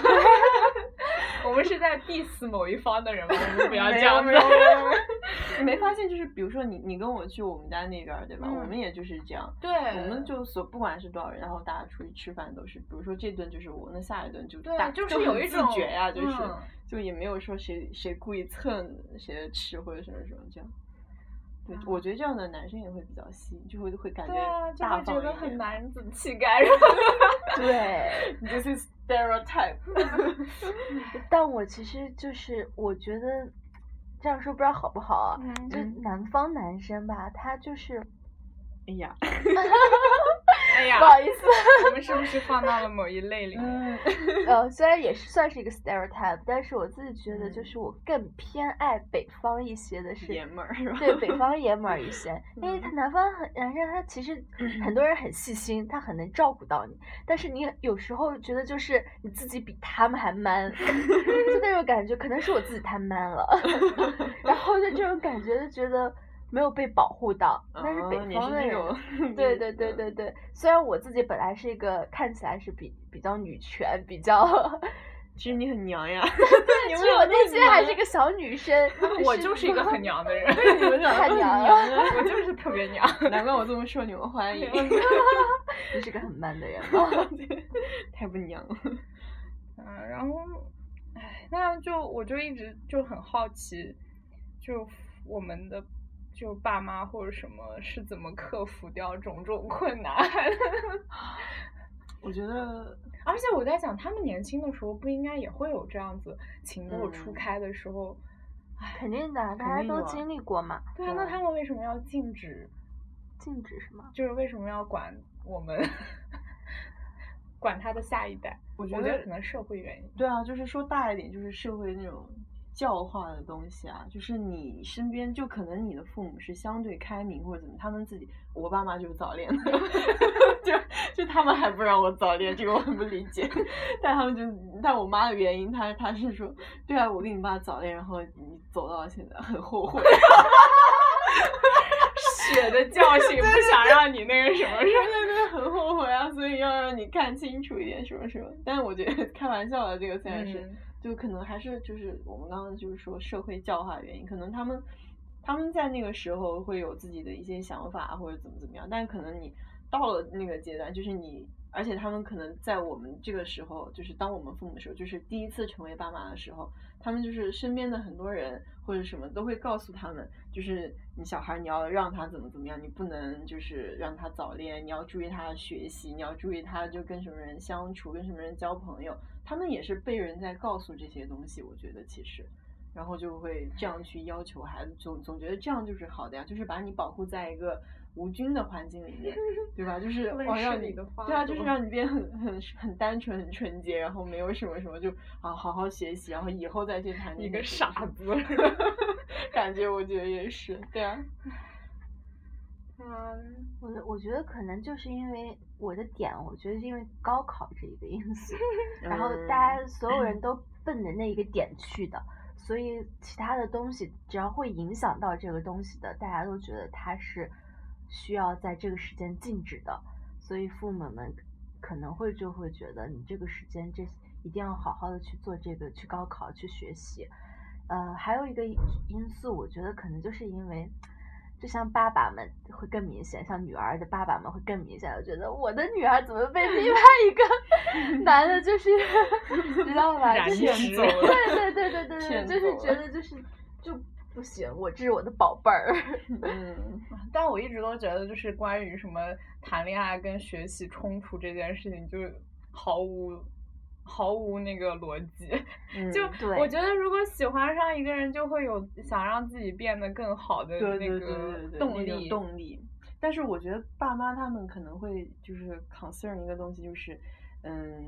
Speaker 1: 我们是在 diss 某一方的人吗？我们不要这
Speaker 3: 没有
Speaker 1: 样子
Speaker 3: 没。有没有没有你没发现就是，比如说你你跟我去我们家那边儿对吧？
Speaker 1: 嗯
Speaker 3: 我们也就是这样，
Speaker 1: 对，
Speaker 3: 我们就所不管是多少人，然后大家出去吃饭都是，比如说这顿就是我，那下一顿就
Speaker 1: 对
Speaker 3: 大，
Speaker 1: 就
Speaker 3: 就是
Speaker 1: 有
Speaker 3: 很
Speaker 1: 一
Speaker 3: 自
Speaker 1: 种
Speaker 3: 觉呀、就是、
Speaker 1: 嗯
Speaker 3: 就也没有说谁谁故意蹭谁的吃或者什么什么这样。对，我觉得这样的男生也会比较吸引，就会会感
Speaker 1: 嗯对啊，就
Speaker 3: 大
Speaker 1: 会
Speaker 3: 方
Speaker 1: 觉
Speaker 3: 一
Speaker 1: 得
Speaker 3: 点。
Speaker 1: 很男子气概，然后
Speaker 2: 对。
Speaker 3: This is stereotype
Speaker 2: 但我其实就是我觉得这样说不知道好不好啊，
Speaker 1: 嗯
Speaker 2: 就南方男生吧，他就是
Speaker 3: 哎呀，
Speaker 1: 哎呀
Speaker 2: 不，好意思，
Speaker 1: 我们是不是放到了某一类里面？，
Speaker 3: 嗯，
Speaker 2: 呃，虽然也是算是一个 stereotype，但是我自己觉得就是我更偏爱北方一些的是
Speaker 3: 爷们儿是 吧？
Speaker 2: 对北方爷们儿一些，因为他
Speaker 3: 嗯
Speaker 2: 南方很男生，他其 实很多人很细心，他很能照顾到你，但是你有时候觉得就是你自己比他们还 man，就那种感觉，可能是我自己太 man 了， 然后就这种感觉就觉得没有被保护 到，但是北
Speaker 3: 哦你
Speaker 2: 方
Speaker 3: 是
Speaker 2: 的
Speaker 3: 那
Speaker 2: 人。
Speaker 3: 种，嗯
Speaker 2: 对对对对对，虽然我自己本来是一个看起来是比比较女权，比较，
Speaker 3: 其实你很娘呀，
Speaker 2: 其
Speaker 3: 你们
Speaker 2: 实我
Speaker 3: 俩都
Speaker 2: 内
Speaker 3: 很
Speaker 2: 心还
Speaker 3: 娘
Speaker 2: 是一个小女生
Speaker 1: 我就是一个很娘的人，
Speaker 3: 你们俩
Speaker 2: 太
Speaker 3: 都很
Speaker 2: 娘
Speaker 3: 娘哎呀，
Speaker 1: 我就是特别娘。
Speaker 3: 难怪我这么受你们 欢迎，
Speaker 2: 你是个很 man 的人哦吗？
Speaker 3: 太不娘了。
Speaker 1: 嗯，然后，唉，那就我就一直就很好奇，就我们的就爸妈或者什么是怎么克服掉种种困难？
Speaker 3: 我觉得，
Speaker 1: 而且我在想，他们年轻的时候不应该也会有这样子情窦初
Speaker 3: 嗯
Speaker 1: 开的时候？唉
Speaker 2: 肯定的，大家
Speaker 3: 定
Speaker 2: 都
Speaker 3: 的
Speaker 2: 经历过嘛。
Speaker 1: 对啊，那他们为什么要禁止？
Speaker 2: 禁止是吗？
Speaker 1: 就是为什么要管我们， 管他的下一代？
Speaker 3: 我
Speaker 1: 我
Speaker 3: 觉
Speaker 1: 觉得
Speaker 3: 得
Speaker 1: 可能社会原因。
Speaker 3: 对啊，就是说大一点，就是社会那种教化的东西啊，就是你身边就可能你的父母是相对开明或者怎么，他们自己，我爸妈就是早恋的， 就就他们还不让我早恋，这个我很不理解。 但他们就，但我妈的原因，她她是说，对啊，我跟你爸早恋，然后你走到现在很后悔。
Speaker 1: 血的教训不想让你那个什么
Speaker 3: 我说那边很后悔啊，所以要让你看清楚一点什么什么。但是我觉得 开玩笑的这个虽然是，
Speaker 1: 嗯
Speaker 3: 就可能还是就是我们刚刚就是说社会教化原因，可能他们他们在那个时候会有自己的一些想法啊或者怎么怎么样，但可能你到了那个阶段，就是你。而且他们可能在我们这个时候，就是当我们父母的时候，就是第一次成为爸妈的时候，他们就是身边的很多人或者什么都会告诉他们，就是你小孩儿你要让他怎么怎么样，你不能就是让他早恋，你要注意他的学习，你要注意他就跟什么人相处，跟什么人交朋友，他们也是被人在告诉这些东西，我觉得其实。然后就会这样去要求孩子，总总觉得这样就是好的呀，就是把你保护在一个无菌的环境里
Speaker 1: 嗯
Speaker 3: 面， 对吧？就是
Speaker 1: 温
Speaker 3: 哦，让
Speaker 1: 室里
Speaker 3: 你
Speaker 1: 的花
Speaker 3: 对啊，就是
Speaker 1: 朵
Speaker 3: 让你变很很很单纯、很纯洁，然后没有什么什么，就啊好好学习，然后以后再去谈
Speaker 1: 一
Speaker 3: 恋
Speaker 1: 个
Speaker 3: 爱
Speaker 1: 傻子。
Speaker 3: 感觉我觉得也是，对啊，
Speaker 1: 嗯，
Speaker 2: 我的我觉得可能就是因为我的点，我觉得是因为高考这一个因素，然后大家所有人都奔着那一个点去的，所以其他的东西只要会影响到这个东西的，大家都觉得它是需要在这个时间禁止的，所以父母们可能会就会觉得你这个时间这一定要好好的去做这个，去高考，去学习。呃，还有一个因因素，我觉得可能就是因为，就像爸爸们会更明显，像女儿的爸爸们会更明显的觉得我的女儿怎么被另外一个 男的，就是知道吧？
Speaker 1: 染
Speaker 2: 就是
Speaker 1: 指
Speaker 3: 走了
Speaker 2: 对对对对对对，
Speaker 3: 骗
Speaker 2: 就是
Speaker 3: 走
Speaker 2: 觉
Speaker 3: 了
Speaker 2: 得就是就不行，我这是我的宝贝儿。
Speaker 3: 嗯，
Speaker 1: 但我一直都觉得，就是关于什么谈恋爱跟学习冲突这件事情，就是毫无毫无那个逻辑。
Speaker 3: 嗯
Speaker 1: 就
Speaker 2: 对
Speaker 1: 我觉得，如果喜欢上一个人，就会有想让自己变得更好的
Speaker 3: 对
Speaker 1: 呃那
Speaker 3: 对对对
Speaker 1: 个
Speaker 3: 对
Speaker 1: 动
Speaker 3: 那种
Speaker 1: 力。
Speaker 3: 动力。但是我觉得爸妈他们可能会就是 concern 一个东西，就是嗯，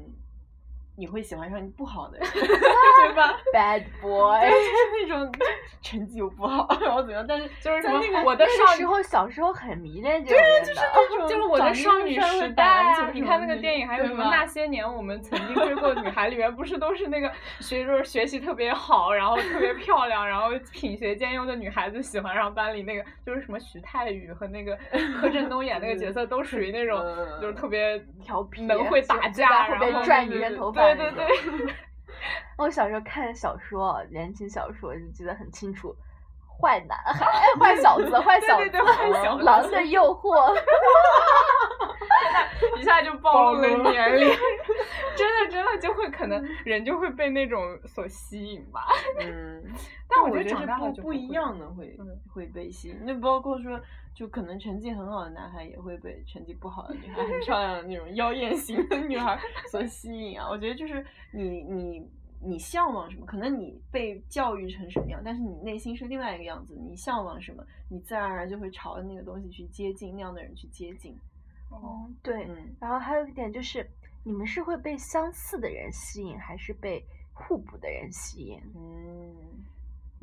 Speaker 3: 你会喜欢上不好的人， 对 吧？哎
Speaker 2: Bad boy，
Speaker 3: 就是那种成绩又不好，然后怎样？但是
Speaker 1: 就是什
Speaker 3: 在
Speaker 1: 么
Speaker 3: 那个
Speaker 1: 我的
Speaker 2: 那
Speaker 1: 少
Speaker 2: 个
Speaker 1: 女
Speaker 2: 时候小时候很迷恋这个人的，
Speaker 3: 哦
Speaker 1: 就是我的少女时代啊！你看那个电影，还有什么那
Speaker 3: 那
Speaker 1: 些年我们曾经追过的女孩，里面不是都 是那个学就是学习特别好，然后特别漂亮，然后品学兼优的女孩子喜欢上班里那个，就是什么徐太宇和那 个柯震东演那个角色，都属于那种
Speaker 3: 嗯
Speaker 1: 就是特别
Speaker 2: 调皮
Speaker 1: 能会打
Speaker 2: 就在
Speaker 1: 架，
Speaker 2: 后
Speaker 1: 然
Speaker 2: 边
Speaker 1: 后
Speaker 2: 拽
Speaker 1: 对
Speaker 2: 女
Speaker 1: 对
Speaker 2: 生
Speaker 1: 对
Speaker 2: 头发
Speaker 1: 对
Speaker 2: 那
Speaker 1: 对
Speaker 2: 种
Speaker 1: 对，
Speaker 2: 我小时候看小说，言情小说就记得很清楚，坏男 孩、坏小子、坏
Speaker 1: 对
Speaker 2: 小
Speaker 1: 对
Speaker 2: 子、
Speaker 1: 对坏小
Speaker 2: 狼
Speaker 1: 子嗯
Speaker 2: 的诱惑。
Speaker 1: 一下就暴露
Speaker 3: 暴露
Speaker 1: 了 嗯
Speaker 3: 了
Speaker 1: 年龄，真的真的就会 可能人就会被那种所吸引吧。
Speaker 3: 嗯，
Speaker 1: 但
Speaker 3: 我
Speaker 1: 我觉得
Speaker 3: 得
Speaker 1: 长
Speaker 3: 是
Speaker 1: 大了
Speaker 3: 不
Speaker 1: 就
Speaker 3: 不
Speaker 1: 不
Speaker 3: 一
Speaker 1: 会
Speaker 3: 样的会
Speaker 1: 嗯
Speaker 3: 会被吸引，那包括说，就可能成绩很好的男孩也会被成绩不好的女孩、很漂亮的那种妖艳型的女孩所吸引啊。我觉得就是你你你向往什么，可能你被教育成什么样，但是你内心是另外一个样子，你向往什么，你自然而然就会朝着那个东西去接近，那样的人去接近。
Speaker 2: 哦，对。
Speaker 3: 嗯，
Speaker 2: 然后还有一点就是，你们是会被相似的人吸引，还是被互补的人吸引？
Speaker 3: 嗯，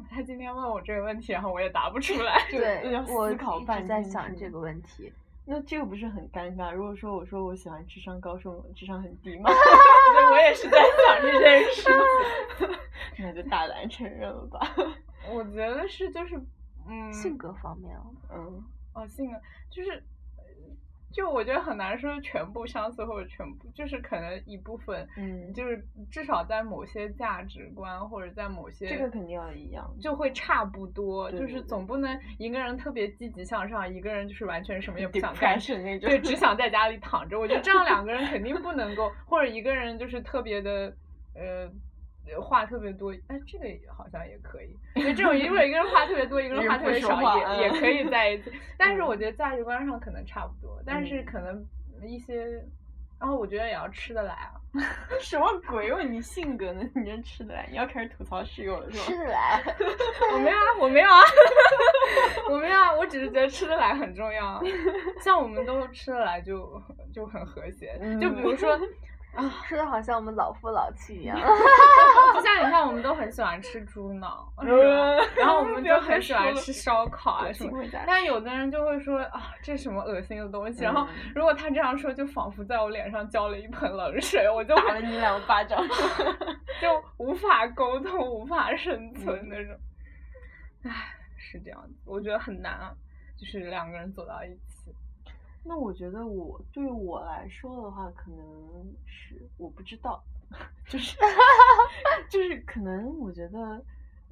Speaker 1: 他今天问我这个问题，然后我也答不出来。
Speaker 3: 就
Speaker 2: 对
Speaker 3: 要，思
Speaker 2: 我
Speaker 3: 考
Speaker 2: 一直
Speaker 3: 半
Speaker 2: 在
Speaker 3: 天
Speaker 2: 想
Speaker 3: 是
Speaker 2: 这
Speaker 3: 吗
Speaker 2: 个问题。
Speaker 3: 那这个不是很尴尬？如果说我说我喜欢智商高，说我智商很低吗？
Speaker 1: 对，我也是在想这件事。
Speaker 3: 那就大胆承认了吧。
Speaker 1: 我觉得是就是，嗯，
Speaker 2: 性格方面哦，
Speaker 3: 嗯，
Speaker 1: 哦，性格就是，就我觉得很难说全部相似或者全部，就是可能一部分，
Speaker 3: 嗯
Speaker 1: 就是至少在某些价值观或者在某些
Speaker 3: 这个肯定要一样。
Speaker 1: 就会差不多，
Speaker 3: 对
Speaker 1: 就
Speaker 3: 对
Speaker 1: 是
Speaker 3: 对
Speaker 1: 总不能一个人特别积极向上，一个人就是完全什么也不想干，
Speaker 3: 嗯 depression 那种，
Speaker 1: 对，只想在家里躺着。我觉得这样两个人肯定不能够，或者一个人就是特别的，呃。话特别多，哎，这个也好像也可以。就这种，如果一个人话特别多，一个人
Speaker 3: 一个人
Speaker 1: 话特
Speaker 3: 不
Speaker 1: 别
Speaker 3: 说
Speaker 1: 少，
Speaker 3: 话
Speaker 1: 也也
Speaker 3: 嗯
Speaker 1: 可 以在一起。但是
Speaker 3: 嗯
Speaker 1: 我觉得价值观上可能差不多，但是
Speaker 3: 嗯
Speaker 1: 可能一些，然后我觉得也要吃得来啊。
Speaker 3: 什么鬼？问你性格呢？你这吃得来？你要开始吐槽室友了是吗？
Speaker 2: 吃得来，
Speaker 1: 我没有啊，我没有啊， 我没有啊，我只是觉得吃得来很重要。啊像我们都吃得来就就很和谐，就比如说。
Speaker 2: 啊，说的好像我们老夫老妻 一样。
Speaker 1: 就像你看，我们都很喜欢吃猪脑，啊
Speaker 3: 嗯
Speaker 1: 然后我们就很喜欢吃烧烤啊什么。但有的人就会说啊，这什么恶心的东西。然后如果他这样说，就仿佛在我脸上浇了一盆冷水，我就
Speaker 3: 打了你两巴掌，
Speaker 1: 就无法沟通、无法生存那种。唉，是这样子，我觉得很难，啊，就是两个人走到一起。
Speaker 3: 那我觉得我对我来说的话，可能是我不知道， 就是就是可能我觉得，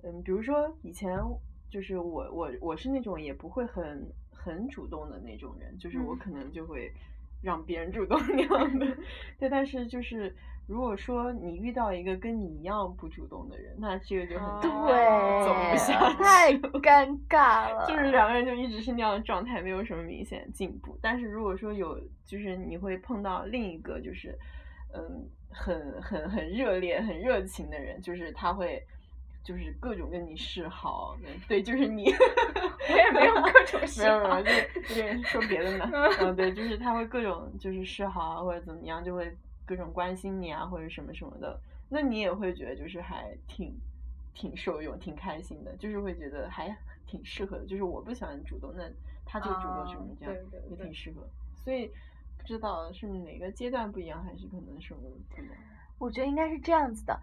Speaker 3: 嗯，比如说以前就是我我我是那种也不会很很主动的那种人，就是我可能就会让别人主动那样的。 嗯、对，但是就是如果说你遇到一个跟你一样不主动的人，那这个就很
Speaker 2: 对
Speaker 3: 走不下去，
Speaker 2: 太 尴尬了。
Speaker 3: 就是两个人就一直是那样的状态，没有什么明显进步。但是如果说有，就是你会碰到另一个就是，嗯，很很很热烈、很热情的人，就是他会。就是各种跟你示好，嗯对，就是你，
Speaker 1: 我也没有 各种示
Speaker 3: 好，没有没有，就是就是说别的呢，嗯，对，就是他会各种就是示好啊，或者怎么样，就会各种关心你啊，或者什么什么的，那你也会觉得就是还挺挺受用，挺开心的，就是会觉得还挺适合的。就是我不喜欢主动，那他就主动什么这样，
Speaker 1: 啊对对
Speaker 3: 对也挺适合。所以不知道是哪个阶段不一样，还是可能什么不一样。
Speaker 2: 我觉得应该是这样子的。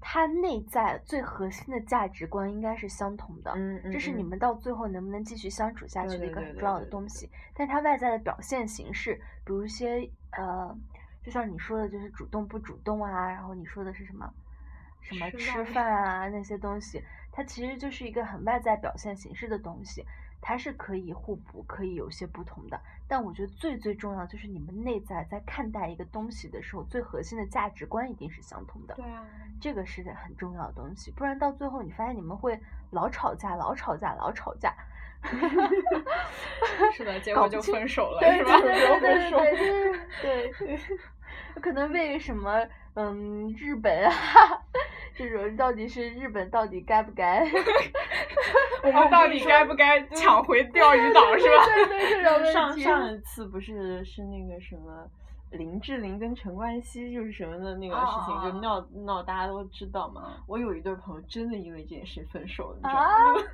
Speaker 2: 他内在最核心的价值观应该是相同的，
Speaker 3: 嗯嗯、
Speaker 2: 这是你们到最后能不能继续相处下去的一个很重要的东西。但他外在的表现形式，比如一些呃，就像你说的，就是主动不主动啊，然后你说的是什么什么吃饭啊那些东西，它其实就是一个很外在表现形式的东西，它是可以互补，可以有些不同的。但我觉得最最重要就是你们内在在看待一个东西的时候，最核心的价值观一定是相同的。
Speaker 1: 对啊，
Speaker 2: 这个是很重要的东西，不然到最后你发现你们会老吵架、老吵架、老吵架。
Speaker 1: 是的，结果就分手 了，
Speaker 2: 对
Speaker 1: 是吧？
Speaker 2: 对对 对对对，可能为什么嗯日本啊这种到底是日本到底该不该？
Speaker 1: 我们到底该不该抢回钓 鱼岛是吧？
Speaker 2: 对对，这种
Speaker 3: 上上一次不是是那个什么林志玲跟陈冠希就是什么的那个事情，就闹闹大家都知道嘛。我有一对朋友真的因为这件事分手了，你
Speaker 2: 啊
Speaker 3: 知道吗？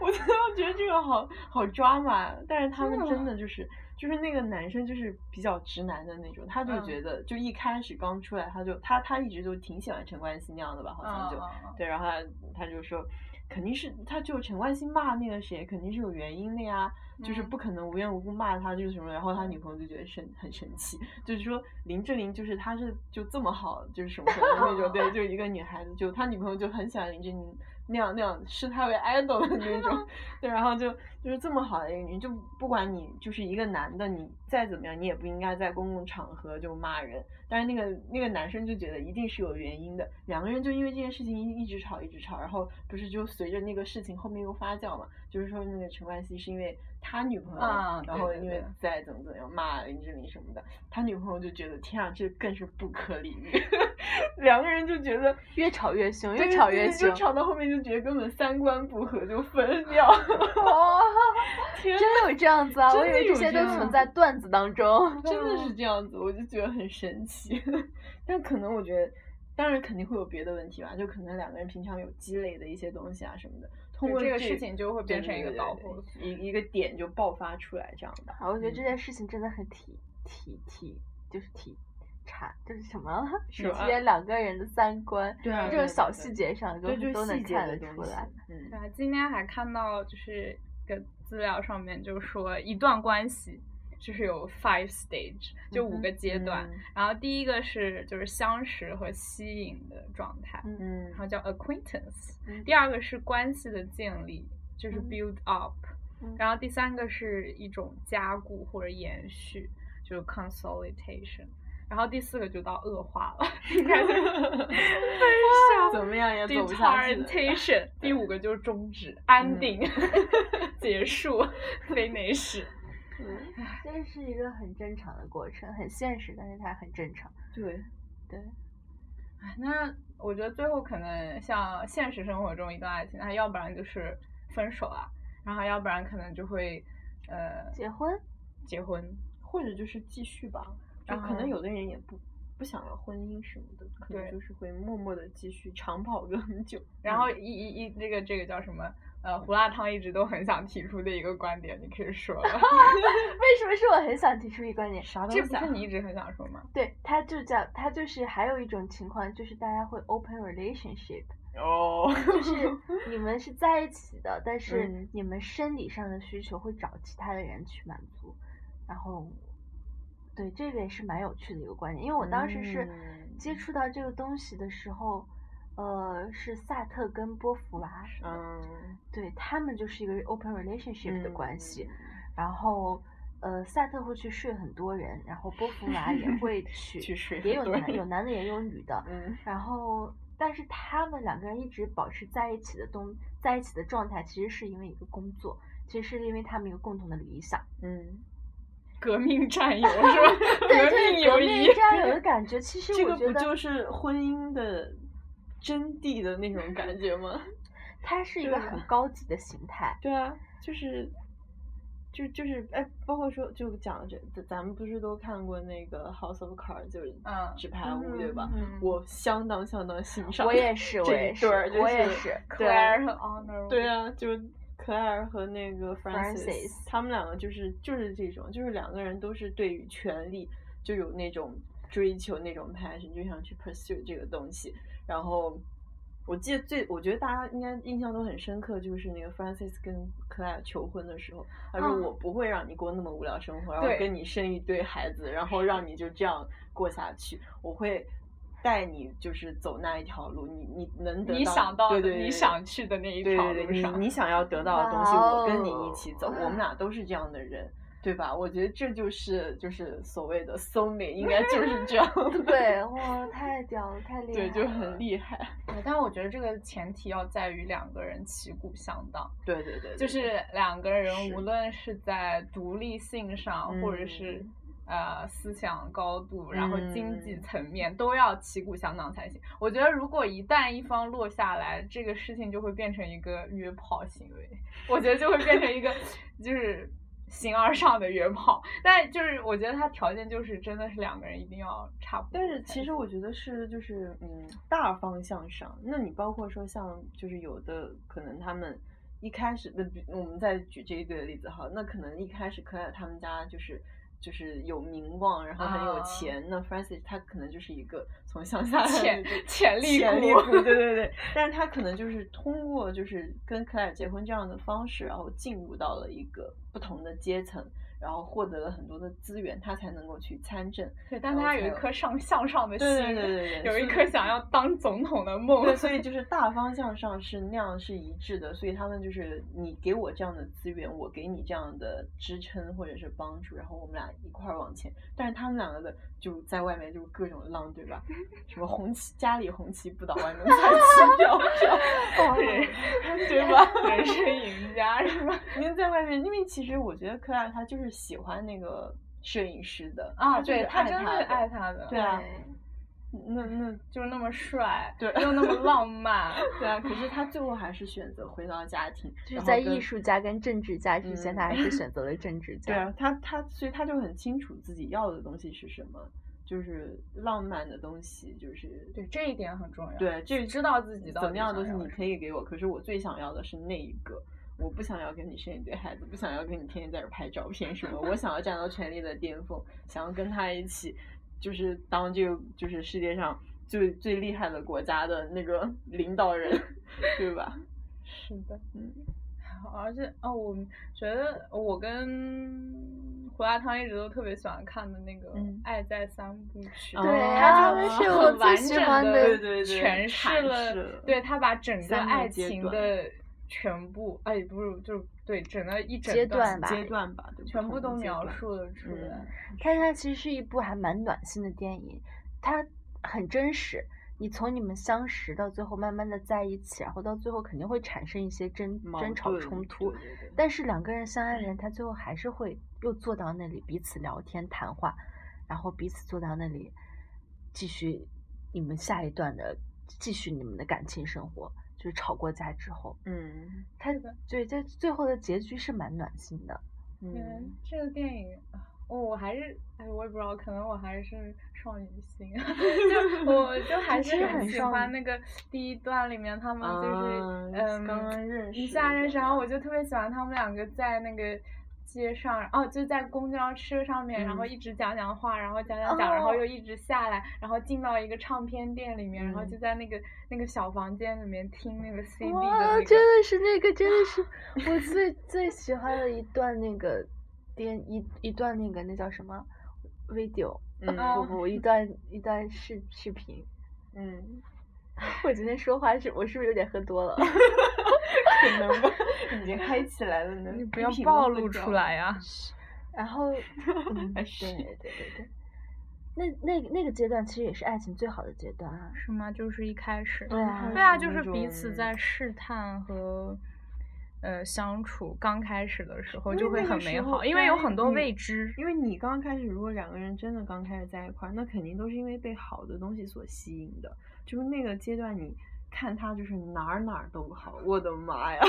Speaker 3: 我真的觉得这个好好抓嘛，但是他们真的就是就是那个男生就是比较直男的那种，他就觉得就一开始刚出来他就他他一直就挺喜欢陈冠希那样的吧，好像
Speaker 1: 嗯
Speaker 3: 就对，然后他他就说。肯定是他就陈冠希骂那个谁，肯定是有原因的呀，嗯、就是不可能无缘无故骂他，就是什么，然后他女朋友就觉得生很生气，就是说林志玲就是她是就这么好，就是什么什么那种，对，就一个女孩子，就他女朋友就很喜欢林志玲那样那样，视他为 idol 的那种，对，然后就就是这么好的一个女，就不管你就是一个男的，你再怎么样，你也不应该在公共场合就骂人，但是那个那个男生就觉得一定是有原因的，两个人就因为这件事情一直吵一直吵，然后不是就。随着那个事情后面又发酵嘛，就是说那个陈冠希是因为他女朋友，
Speaker 1: 啊、
Speaker 3: 然后因为再怎么怎么样骂林志玲什么的，他女朋友就觉得天啊，这更是不可理喻， 两个人就觉得
Speaker 2: 越吵越凶，越吵越凶，
Speaker 3: 就吵到后面就觉得根本三观不合就 分掉。
Speaker 2: 哦， 真有这样子啊！我以为这些都存在段子当中，
Speaker 3: 真 的
Speaker 1: 嗯
Speaker 3: 是这样子，我就觉得很神奇。 但可能我觉得。当然肯定会有别的问题吧，就可能两个人平常有积累的一些东西啊什么的，通过
Speaker 1: 这个事情就会变成一个导
Speaker 3: 火索，一一个点就爆发出来这样的。
Speaker 2: 好，我觉得这件事情真的很体体体，就是体察，就是什么体现两个人的三观，
Speaker 3: 对啊，
Speaker 2: 这种小细节上
Speaker 3: 都
Speaker 2: 都能看得出来。
Speaker 3: 嗯，
Speaker 1: 对啊，今天还看到就是个资料上面就说一段关系。就是有 five stage，就五个阶段。
Speaker 3: 嗯嗯、
Speaker 1: 然后第一个是就是相识和吸引的状态，
Speaker 3: 嗯、
Speaker 1: 然后叫 acquaintance。
Speaker 3: 嗯、
Speaker 1: 第二个是关系的建立，就是 build up。然
Speaker 3: 嗯
Speaker 1: 后第三个是一种加固或者延续，就是 consolidation。然后第四个就到恶化了，你看， 哎
Speaker 3: 怎么样也走不下去。
Speaker 1: determination。第五个就是终止、安定、结束、finish。
Speaker 2: 这是一个很正常的过程，很现实，但是它很正常。
Speaker 3: 对，
Speaker 2: 对。
Speaker 1: 哎，那我觉得最后可能像现实 生活中一段爱情，那要不然就是分手啊，然后要不然可能就会
Speaker 3: 嗯
Speaker 1: 呃
Speaker 2: 结婚，
Speaker 1: 结婚
Speaker 3: 或者就是继续吧。就可能有的人也不不想要婚姻什么的，可能
Speaker 1: 啊对
Speaker 3: 就是会默默的继续长跑个很久。
Speaker 1: 然后一一一这个这个叫什么？呃，胡辣汤一直都很想提出的一个观点，你可以说 了。
Speaker 2: 为什么是我很想提出一个观点？
Speaker 3: 啥都
Speaker 1: 这不
Speaker 3: 想
Speaker 1: 是你一直很想说吗？
Speaker 2: 对，它就叫它就是还有一种情况，就是大家会 open relationship，
Speaker 3: 哦，
Speaker 2: 就是你们是在一起的，但是
Speaker 3: 嗯
Speaker 2: 你们生理上的需求会找其他的人去满足，然后，对这个也是蛮有趣的一个观点，因为我当时是
Speaker 3: 嗯
Speaker 2: 接触到这个东西的时候，呃，是萨特跟波伏娃，
Speaker 3: 嗯，
Speaker 2: 对他们就是一个 open relationship 的关系，然后。呃，萨特会去睡很多人，然后波伏娃也 会去，
Speaker 3: 去睡
Speaker 2: 也有
Speaker 3: 很多
Speaker 2: 男有
Speaker 3: 人
Speaker 2: 男的也有女的，
Speaker 3: 嗯，
Speaker 2: 然后，但是他们两个人一直保持在一起的东，在一起的状态，其实是因为一个工作，其实是因为他们一个共同的理想。
Speaker 3: 嗯嗯，
Speaker 1: 革命战 友是吧？
Speaker 2: 对，
Speaker 1: 革命
Speaker 2: 这个革
Speaker 1: 友
Speaker 2: 命
Speaker 1: 谊。
Speaker 2: 战 友的感觉，其实
Speaker 3: 这
Speaker 2: 我
Speaker 3: 个
Speaker 2: 觉
Speaker 3: 不
Speaker 2: 得
Speaker 3: 就是婚姻的真谛的那种感觉吗？
Speaker 2: 它是一个
Speaker 3: 对
Speaker 2: 很
Speaker 3: 啊
Speaker 2: 高级的形态。
Speaker 3: 对啊，就是，就就是哎，包括说就讲这，咱咱们不是都看过那个《House of Cards》就是
Speaker 1: 嗯
Speaker 3: 纸牌屋对吧？
Speaker 1: 嗯
Speaker 3: 我相当相当欣赏，
Speaker 2: 我也是，我
Speaker 3: 这
Speaker 2: 也
Speaker 3: 一
Speaker 2: 是，
Speaker 3: 对儿就
Speaker 2: 我也
Speaker 3: 是
Speaker 2: 是。
Speaker 3: 对
Speaker 1: Claire 和 Honor，
Speaker 3: 对啊，就是克莱尔和那个 Francis，,
Speaker 2: Francis
Speaker 3: 他们两个就是就是这种，就是两个人都是对于权力就有那种追求那种 passion，就想去 pursue 这个东西。然后我记得最，我觉得大家应该印象都很深刻，就是那个 Francis 跟克莱尔求婚的时候，他说
Speaker 2: 嗯
Speaker 3: 我不会让你过那么无聊生活，然后
Speaker 1: 对
Speaker 3: 跟你生一堆孩子，然后让你就这样过下去，我会。带你就是走那一条路，你你能得到
Speaker 1: 你想到
Speaker 3: 对
Speaker 1: 的，
Speaker 3: 对对
Speaker 1: 你想去的那一
Speaker 3: 对
Speaker 1: 条
Speaker 3: 对
Speaker 1: 路
Speaker 3: 对，
Speaker 1: 上，
Speaker 3: 你你想要得到的东西，
Speaker 2: 哇
Speaker 3: 我跟你
Speaker 2: 哦。
Speaker 3: 一起走，我们俩都是这样的人，对吧？我觉得这就是就是所谓的 soul mate，应该就是这样
Speaker 2: 对，哇，太屌了，太厉害
Speaker 3: 对，
Speaker 2: 了，
Speaker 3: 就很厉害。
Speaker 1: 对哎但我觉得这个前提要在于两个人旗鼓相当。
Speaker 3: 对对对，对
Speaker 1: 就是两个人
Speaker 3: 是
Speaker 1: 无论是在独立性上，或者是
Speaker 3: 嗯
Speaker 1: 呃思想高度，然后经济
Speaker 3: 嗯
Speaker 1: 层面都要旗鼓相当才行。我觉得如果一旦一方落下来，这个事情就会变成一个约炮行为，我觉得就会变成一个就是。形而上的约炮，但就是我觉得他条件就是真的是两个人一定要差不多才
Speaker 3: 但
Speaker 1: 行。
Speaker 3: 是其实我觉得是就是嗯大方向上，那你包括说像就是有的可能他们一开始那比我们再举这一对的例子哈，那可能一开始可尔他们家就是。就是有名望，然后很有
Speaker 1: 啊
Speaker 3: 钱。那 Francis 他可能就是一个从乡下来的
Speaker 1: 潜
Speaker 3: 一个
Speaker 1: 潜力
Speaker 3: 潜力
Speaker 1: 股
Speaker 3: 股，对对对。但是他可能就是通过就是跟克莱尔结婚这样的方式，然后进入到了一个不同的阶层，然后获得了很多的资源，他才能够去参政。
Speaker 1: 对，但
Speaker 3: 然后
Speaker 1: 他
Speaker 3: 才
Speaker 1: 有一
Speaker 3: 有
Speaker 1: 颗上向上的心，
Speaker 3: 对对对对对
Speaker 1: 有一
Speaker 3: 所以
Speaker 1: 颗想要当总统的梦。
Speaker 3: 对，所以就是大方向上是那样是一致的，所以他们就是你给我这样的资源，我给你这样的支撑或者是帮助，然后我们俩一块儿往前。但是他们两个的就在外面就各种浪，对吧？什么红旗家里红旗不倒，外面彩旗 飘飘，
Speaker 2: 哇
Speaker 3: 对 吧？
Speaker 1: 人生赢家是吧？
Speaker 3: 因为在外面，因为其实我觉得科大他就是喜欢那个摄影师的
Speaker 1: 啊，
Speaker 3: 他就是
Speaker 1: 对他
Speaker 3: 爱
Speaker 1: 真的
Speaker 3: 他
Speaker 1: 是
Speaker 3: 的
Speaker 1: 爱他的，
Speaker 3: 对啊那那
Speaker 1: 就是那么帅，
Speaker 3: 对
Speaker 1: 又 那么浪漫，
Speaker 3: 对啊，可是他最后还是选择回到家庭，
Speaker 2: 就是
Speaker 3: 然后
Speaker 2: 在
Speaker 3: 跟
Speaker 2: 艺术家跟政治家之间，他
Speaker 3: 嗯
Speaker 2: 还 是选择了政治
Speaker 3: 对
Speaker 2: 家。
Speaker 3: 啊，他他所以他就很清楚自己要的东西是什么，就是浪漫的东西，就是
Speaker 1: 对这一点很重要。
Speaker 3: 对，这
Speaker 1: 知道自己到
Speaker 3: 怎
Speaker 1: 底
Speaker 3: 么样的
Speaker 1: 想
Speaker 3: 东西
Speaker 1: 要
Speaker 3: 你
Speaker 1: 什
Speaker 3: 可以给我，可是我最想要的是那一个。我不想要跟你生一堆孩子，不想要跟你天天在这儿拍照片什么，我想要站到权力的巅峰，想要跟他一起，就是当这个就是世界上最最厉害的国家的那个 领导人，对吧？
Speaker 1: 是的，
Speaker 3: 嗯，
Speaker 1: 而且哦，我觉得我跟胡辣汤一直都特别喜欢看的那个《
Speaker 3: 嗯
Speaker 1: 爱在三部曲》
Speaker 3: 哦
Speaker 2: 对
Speaker 1: 他
Speaker 2: 啊，
Speaker 1: 就
Speaker 2: 那
Speaker 3: 哦
Speaker 2: 是
Speaker 1: 很
Speaker 2: 我最
Speaker 1: 完
Speaker 2: 喜
Speaker 1: 整
Speaker 2: 欢
Speaker 1: 地
Speaker 3: 对对对
Speaker 1: 诠释
Speaker 3: 阐
Speaker 1: 了，
Speaker 3: 释了
Speaker 1: 对他把整个
Speaker 3: 三个
Speaker 1: 爱
Speaker 3: 阶
Speaker 1: 情
Speaker 3: 段
Speaker 1: 的全部，哎，不是，就是对整个一整
Speaker 2: 阶段吧
Speaker 1: 阶
Speaker 3: 阶段吧，对
Speaker 1: 全部都描。
Speaker 3: 不同的阶段
Speaker 1: 述了出
Speaker 2: 嗯
Speaker 1: 来。
Speaker 2: 但它其实是一部还蛮暖心的电影，它很真实，你从你们相识到最后慢慢的在一起，然后到最后肯定会产生一些争
Speaker 3: 矛
Speaker 2: 争吵
Speaker 3: 盾
Speaker 2: 冲突，
Speaker 3: 对对嗯对
Speaker 2: 但是两个人相爱的人，他最后还是会又坐到那里彼此聊天谈话，然后彼此坐到那里继续你们下一段的继续你们的感情生活，就是吵过架之后，
Speaker 3: 嗯
Speaker 2: 他对在最后的结局是蛮暖心的。
Speaker 1: 嗯
Speaker 3: 嗯，，
Speaker 1: 这个电影，哦，我还是，哎，我也不知道，可能我还是少女心，啊 就我就还
Speaker 2: 你真的
Speaker 1: 是很
Speaker 2: 很
Speaker 1: 喜
Speaker 2: 少
Speaker 1: 欢
Speaker 2: 女啊
Speaker 1: 那个第一段里面他们嗯就是，嗯，
Speaker 3: 啊刚刚认识
Speaker 1: 一下认识，然后我
Speaker 3: 就
Speaker 1: 就特别喜欢他们两个在那个街上，哦，就在公交车上面，然后
Speaker 3: 嗯
Speaker 1: 一直讲讲话，然后讲讲讲，然后
Speaker 2: 哦
Speaker 1: 又一直下来，然后进到一个唱片店里面，然后
Speaker 3: 嗯
Speaker 1: 就在那个那个小房间里面听那个 CD 的那
Speaker 2: 哇，
Speaker 1: 个，
Speaker 2: 真的是那个，真的是 我最最喜欢的一段那个电一一段那个那叫什么 video，、
Speaker 3: 嗯
Speaker 1: 啊哦
Speaker 2: 呃不不，一段一段视视频。
Speaker 3: 嗯，
Speaker 2: 我今天说话是，我是不是有点喝多了？
Speaker 3: 可能吧， 已经嗨起来了呢，
Speaker 1: 你不
Speaker 3: 一
Speaker 1: 要
Speaker 3: 瓶都
Speaker 1: 暴
Speaker 3: 不
Speaker 1: 露
Speaker 3: 掉
Speaker 1: 出来呀、
Speaker 2: 然 后，嗯，对
Speaker 3: 是
Speaker 2: 对对对，那那那个阶段其实也是爱情最好的阶段 啊。
Speaker 1: 是吗？就是一开始，
Speaker 2: 对啊
Speaker 1: 对啊，就
Speaker 3: 那
Speaker 1: 是彼此
Speaker 3: 种
Speaker 1: 在试探和呃相处，刚开始的时候
Speaker 3: 因
Speaker 1: 就会
Speaker 3: 为那个
Speaker 1: 很
Speaker 3: 时
Speaker 1: 美
Speaker 3: 候
Speaker 1: 好，因为有
Speaker 3: 对
Speaker 1: 很多
Speaker 3: 你
Speaker 1: 未知。
Speaker 3: 因为你刚开始，如果两个人真的刚开始在一块儿，那肯定都是因为被好的东西所吸引的。就是那个阶段，你看他就是哪儿哪儿都好，我的妈呀！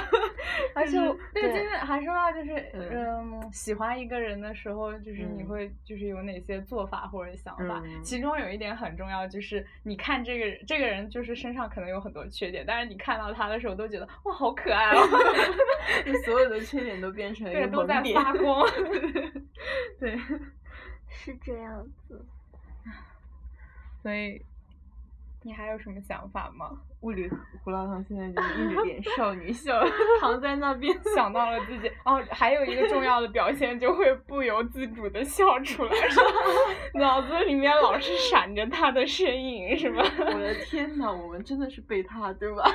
Speaker 2: 而且我
Speaker 1: 对，真的还说到就是，
Speaker 3: 嗯
Speaker 1: 嗯，喜欢一个人的时候，就是你
Speaker 3: 嗯
Speaker 1: 会就是有哪些做法或者想法。
Speaker 3: 嗯
Speaker 1: 其中有一点很重要，就是你看这个人这个人就是身上可能有很多缺点，但是你看到他的时候都觉得哇，好可爱哦，
Speaker 3: 就所有的缺点都变成了 一
Speaker 1: 对，
Speaker 3: 个
Speaker 1: 都在
Speaker 3: 萌点。
Speaker 1: 发光。
Speaker 3: 对，
Speaker 2: 是这样子。
Speaker 1: 所以，你还有什么想法吗？
Speaker 3: 物理胡辣汤现在就是一脸少女笑，躺在那边
Speaker 1: 想到了自己哦，还有一个重要的表现就会不由自主的笑出来，是吧？ 脑子里面老是闪着他的身影，是吧？
Speaker 3: 我的天呐，我们真的是被他，对吧？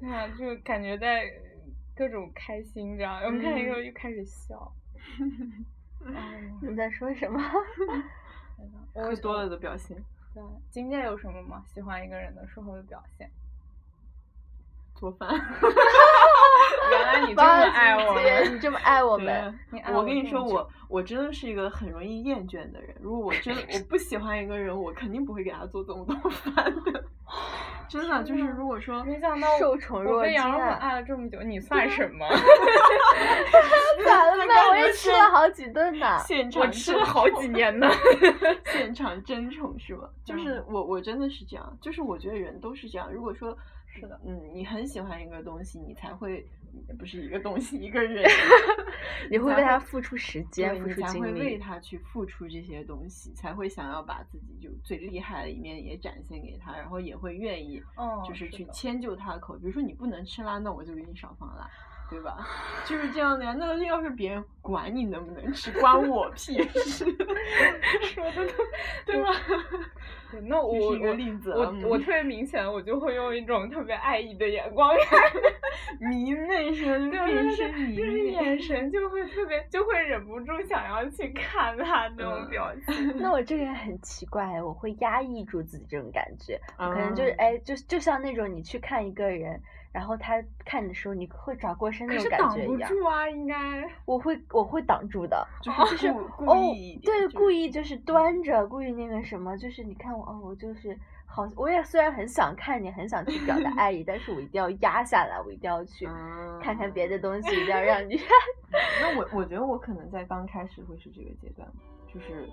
Speaker 1: 对啊，就感觉在各种开心这样，我们看一个又开始笑。哎呀，
Speaker 2: 你在说什么？
Speaker 1: 天呐
Speaker 3: 喝
Speaker 1: 我
Speaker 3: 多了。的表现。
Speaker 1: 对，金姐有什么吗？喜欢一个人的时候的表现？
Speaker 3: 做 饭，
Speaker 1: 原来 你这 么
Speaker 2: 哇
Speaker 1: 爱我
Speaker 2: 姐
Speaker 1: 们，
Speaker 2: 你这么爱 我们，
Speaker 1: 啊你爱
Speaker 3: 对我跟你
Speaker 1: 这
Speaker 3: 说，
Speaker 1: 么久
Speaker 3: 我我真的是一个很容易厌倦的人。如果我真的 我不喜欢一个人，我肯定不会给他做这么多 饭的。真的，就是
Speaker 1: 天呐
Speaker 3: 如果说
Speaker 1: 没想到
Speaker 2: 受宠
Speaker 1: 我
Speaker 2: 若
Speaker 1: 被
Speaker 2: 惊
Speaker 1: 杨若
Speaker 2: 啊
Speaker 1: 爱了这么久，你算什 么？
Speaker 2: 咋了嘛？我也吃了好几顿呢。，
Speaker 3: 现场
Speaker 1: 我吃了好几
Speaker 3: 啊
Speaker 1: 年呢。
Speaker 3: 现场争宠是吗？就是
Speaker 1: 嗯
Speaker 3: 我我真的是这样，就是我觉得人都是这样。如果说
Speaker 1: 是的，
Speaker 3: 嗯，你很喜欢一个东西，你才会嗯不是一个东西一 个人
Speaker 2: 你会为他付出时间，
Speaker 3: 对
Speaker 2: 付
Speaker 3: 你
Speaker 2: 出
Speaker 3: 才会
Speaker 2: 精
Speaker 3: 为
Speaker 2: 力。
Speaker 3: 他去付出这些东西，才会想要把自己就最厉害的一面也展现给他，然后也会愿意
Speaker 2: 哦
Speaker 1: 嗯
Speaker 3: 就是去
Speaker 1: 的
Speaker 3: 迁就他的口。比如说你不能吃辣，那我就给你少放辣，对吧？就是这样的呀。那要是别人管你能不能吃，关我屁事，
Speaker 1: 说的
Speaker 3: 对吧？
Speaker 1: 对，那我
Speaker 3: 这是一个
Speaker 1: 我
Speaker 3: 例子啊
Speaker 1: 我
Speaker 3: 嗯
Speaker 1: 我特别明显，我就会用一种特别爱意的眼光看，
Speaker 3: 迷妹是吧？
Speaker 1: 对
Speaker 3: 就变
Speaker 1: 对
Speaker 3: 身
Speaker 1: 对，
Speaker 3: 迷
Speaker 1: 就是
Speaker 3: 妹。
Speaker 1: 眼神就会特别，就会忍不住想要去看他那种
Speaker 3: 嗯
Speaker 1: 表情。
Speaker 2: 那我这个人很奇怪，我会压抑住自己这种感觉，可
Speaker 3: 可
Speaker 2: 能就是哎，就就像那种你去看一个人，然后他看你的时候，你会转过身那
Speaker 1: 可
Speaker 2: 种
Speaker 1: 是
Speaker 2: 感
Speaker 1: 挡
Speaker 2: 觉
Speaker 1: 不
Speaker 2: 一样。
Speaker 1: 住啊，应该。
Speaker 2: 我会我会挡住的，
Speaker 3: 啊就是
Speaker 2: 就是
Speaker 3: 故
Speaker 2: 哦
Speaker 3: 故意一，点
Speaker 2: 对，
Speaker 3: 就是
Speaker 2: 故意就是端着，故意那个什么，就是你看我，哦，我就是好，我也虽然很想看你，很想去表达爱意，但是我一定要压下来，我一定要去
Speaker 3: 嗯啊
Speaker 2: 看看别的
Speaker 3: 西。
Speaker 2: 东西，一定要让你
Speaker 3: 那我我觉得我可能在刚开始会是这个阶段，就是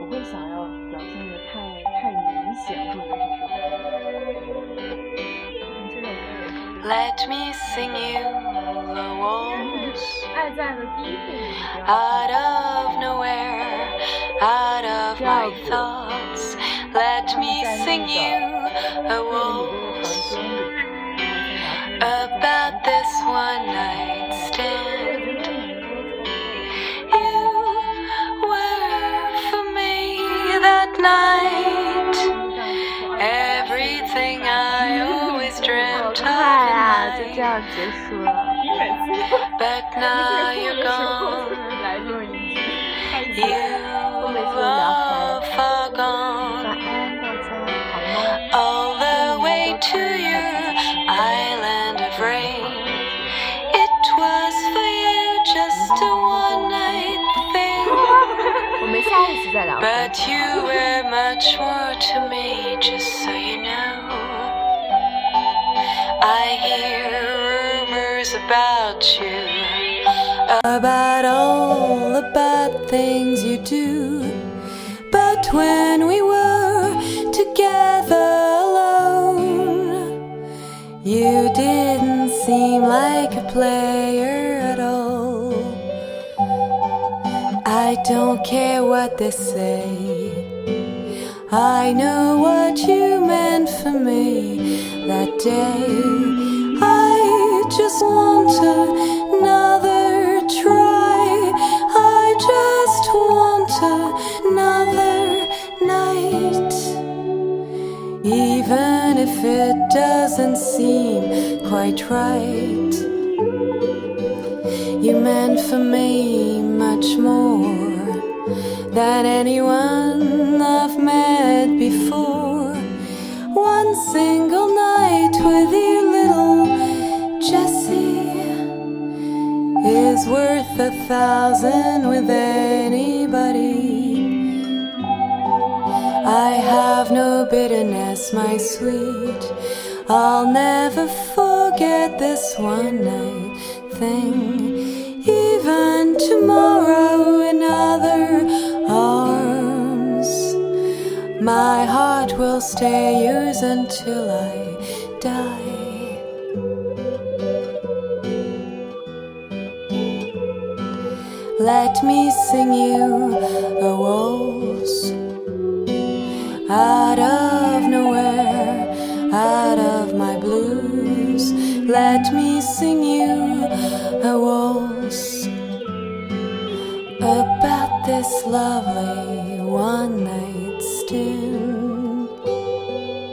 Speaker 3: 我会想要表现的太太明显或者是什么。
Speaker 2: 这首歌。
Speaker 3: 嗯
Speaker 4: Let me sing you the waltz
Speaker 1: 爱在的第一步你不要
Speaker 4: out of nowhere, out of my
Speaker 2: Bravo.
Speaker 4: thoughts. Let me sing you a
Speaker 2: 那
Speaker 4: waltz
Speaker 2: 个女的的房间里，然后在拿出那个
Speaker 4: about this one night stand.
Speaker 1: 我觉得你说超
Speaker 4: You were for me that night.
Speaker 1: 过了这样子说
Speaker 4: Everything I always
Speaker 2: 好
Speaker 4: dreamt of
Speaker 2: 快啊，就
Speaker 4: at
Speaker 2: 这
Speaker 4: night,
Speaker 2: 样结束了。
Speaker 1: 你每次
Speaker 4: but
Speaker 1: 你
Speaker 4: now
Speaker 1: 每次
Speaker 4: you're
Speaker 1: 的时候
Speaker 4: gone.
Speaker 1: 就是来这么一句，
Speaker 4: You
Speaker 1: 太贱了
Speaker 4: are
Speaker 2: 晚
Speaker 4: forgone.
Speaker 2: 安，大家好梦。
Speaker 4: all the way to your island of rain. It was for you just a one night thing.
Speaker 2: 我们下一期再聊。
Speaker 4: But you were much more to me, just so you know. I hear rumors about you, about all the bad things you do. But when we were together alone, you didn't seem like a player at all. I don't care what they say. I know what you meant for me that day. I just want another try. I just want another night. Even if it doesn't seem quite right. You meant for me much more than anyone I've met before. One single night with you, little Jessie, is worth a thousand with anybody. I have no bitterness, my sweet. I'll never forget this one night thing. Even tomorrow, in other arms, my heart will stay yours until I die. Let me sing you a waltz out of nowhere, out of my blues. Let me sing you a waltz about this lovely one night stand.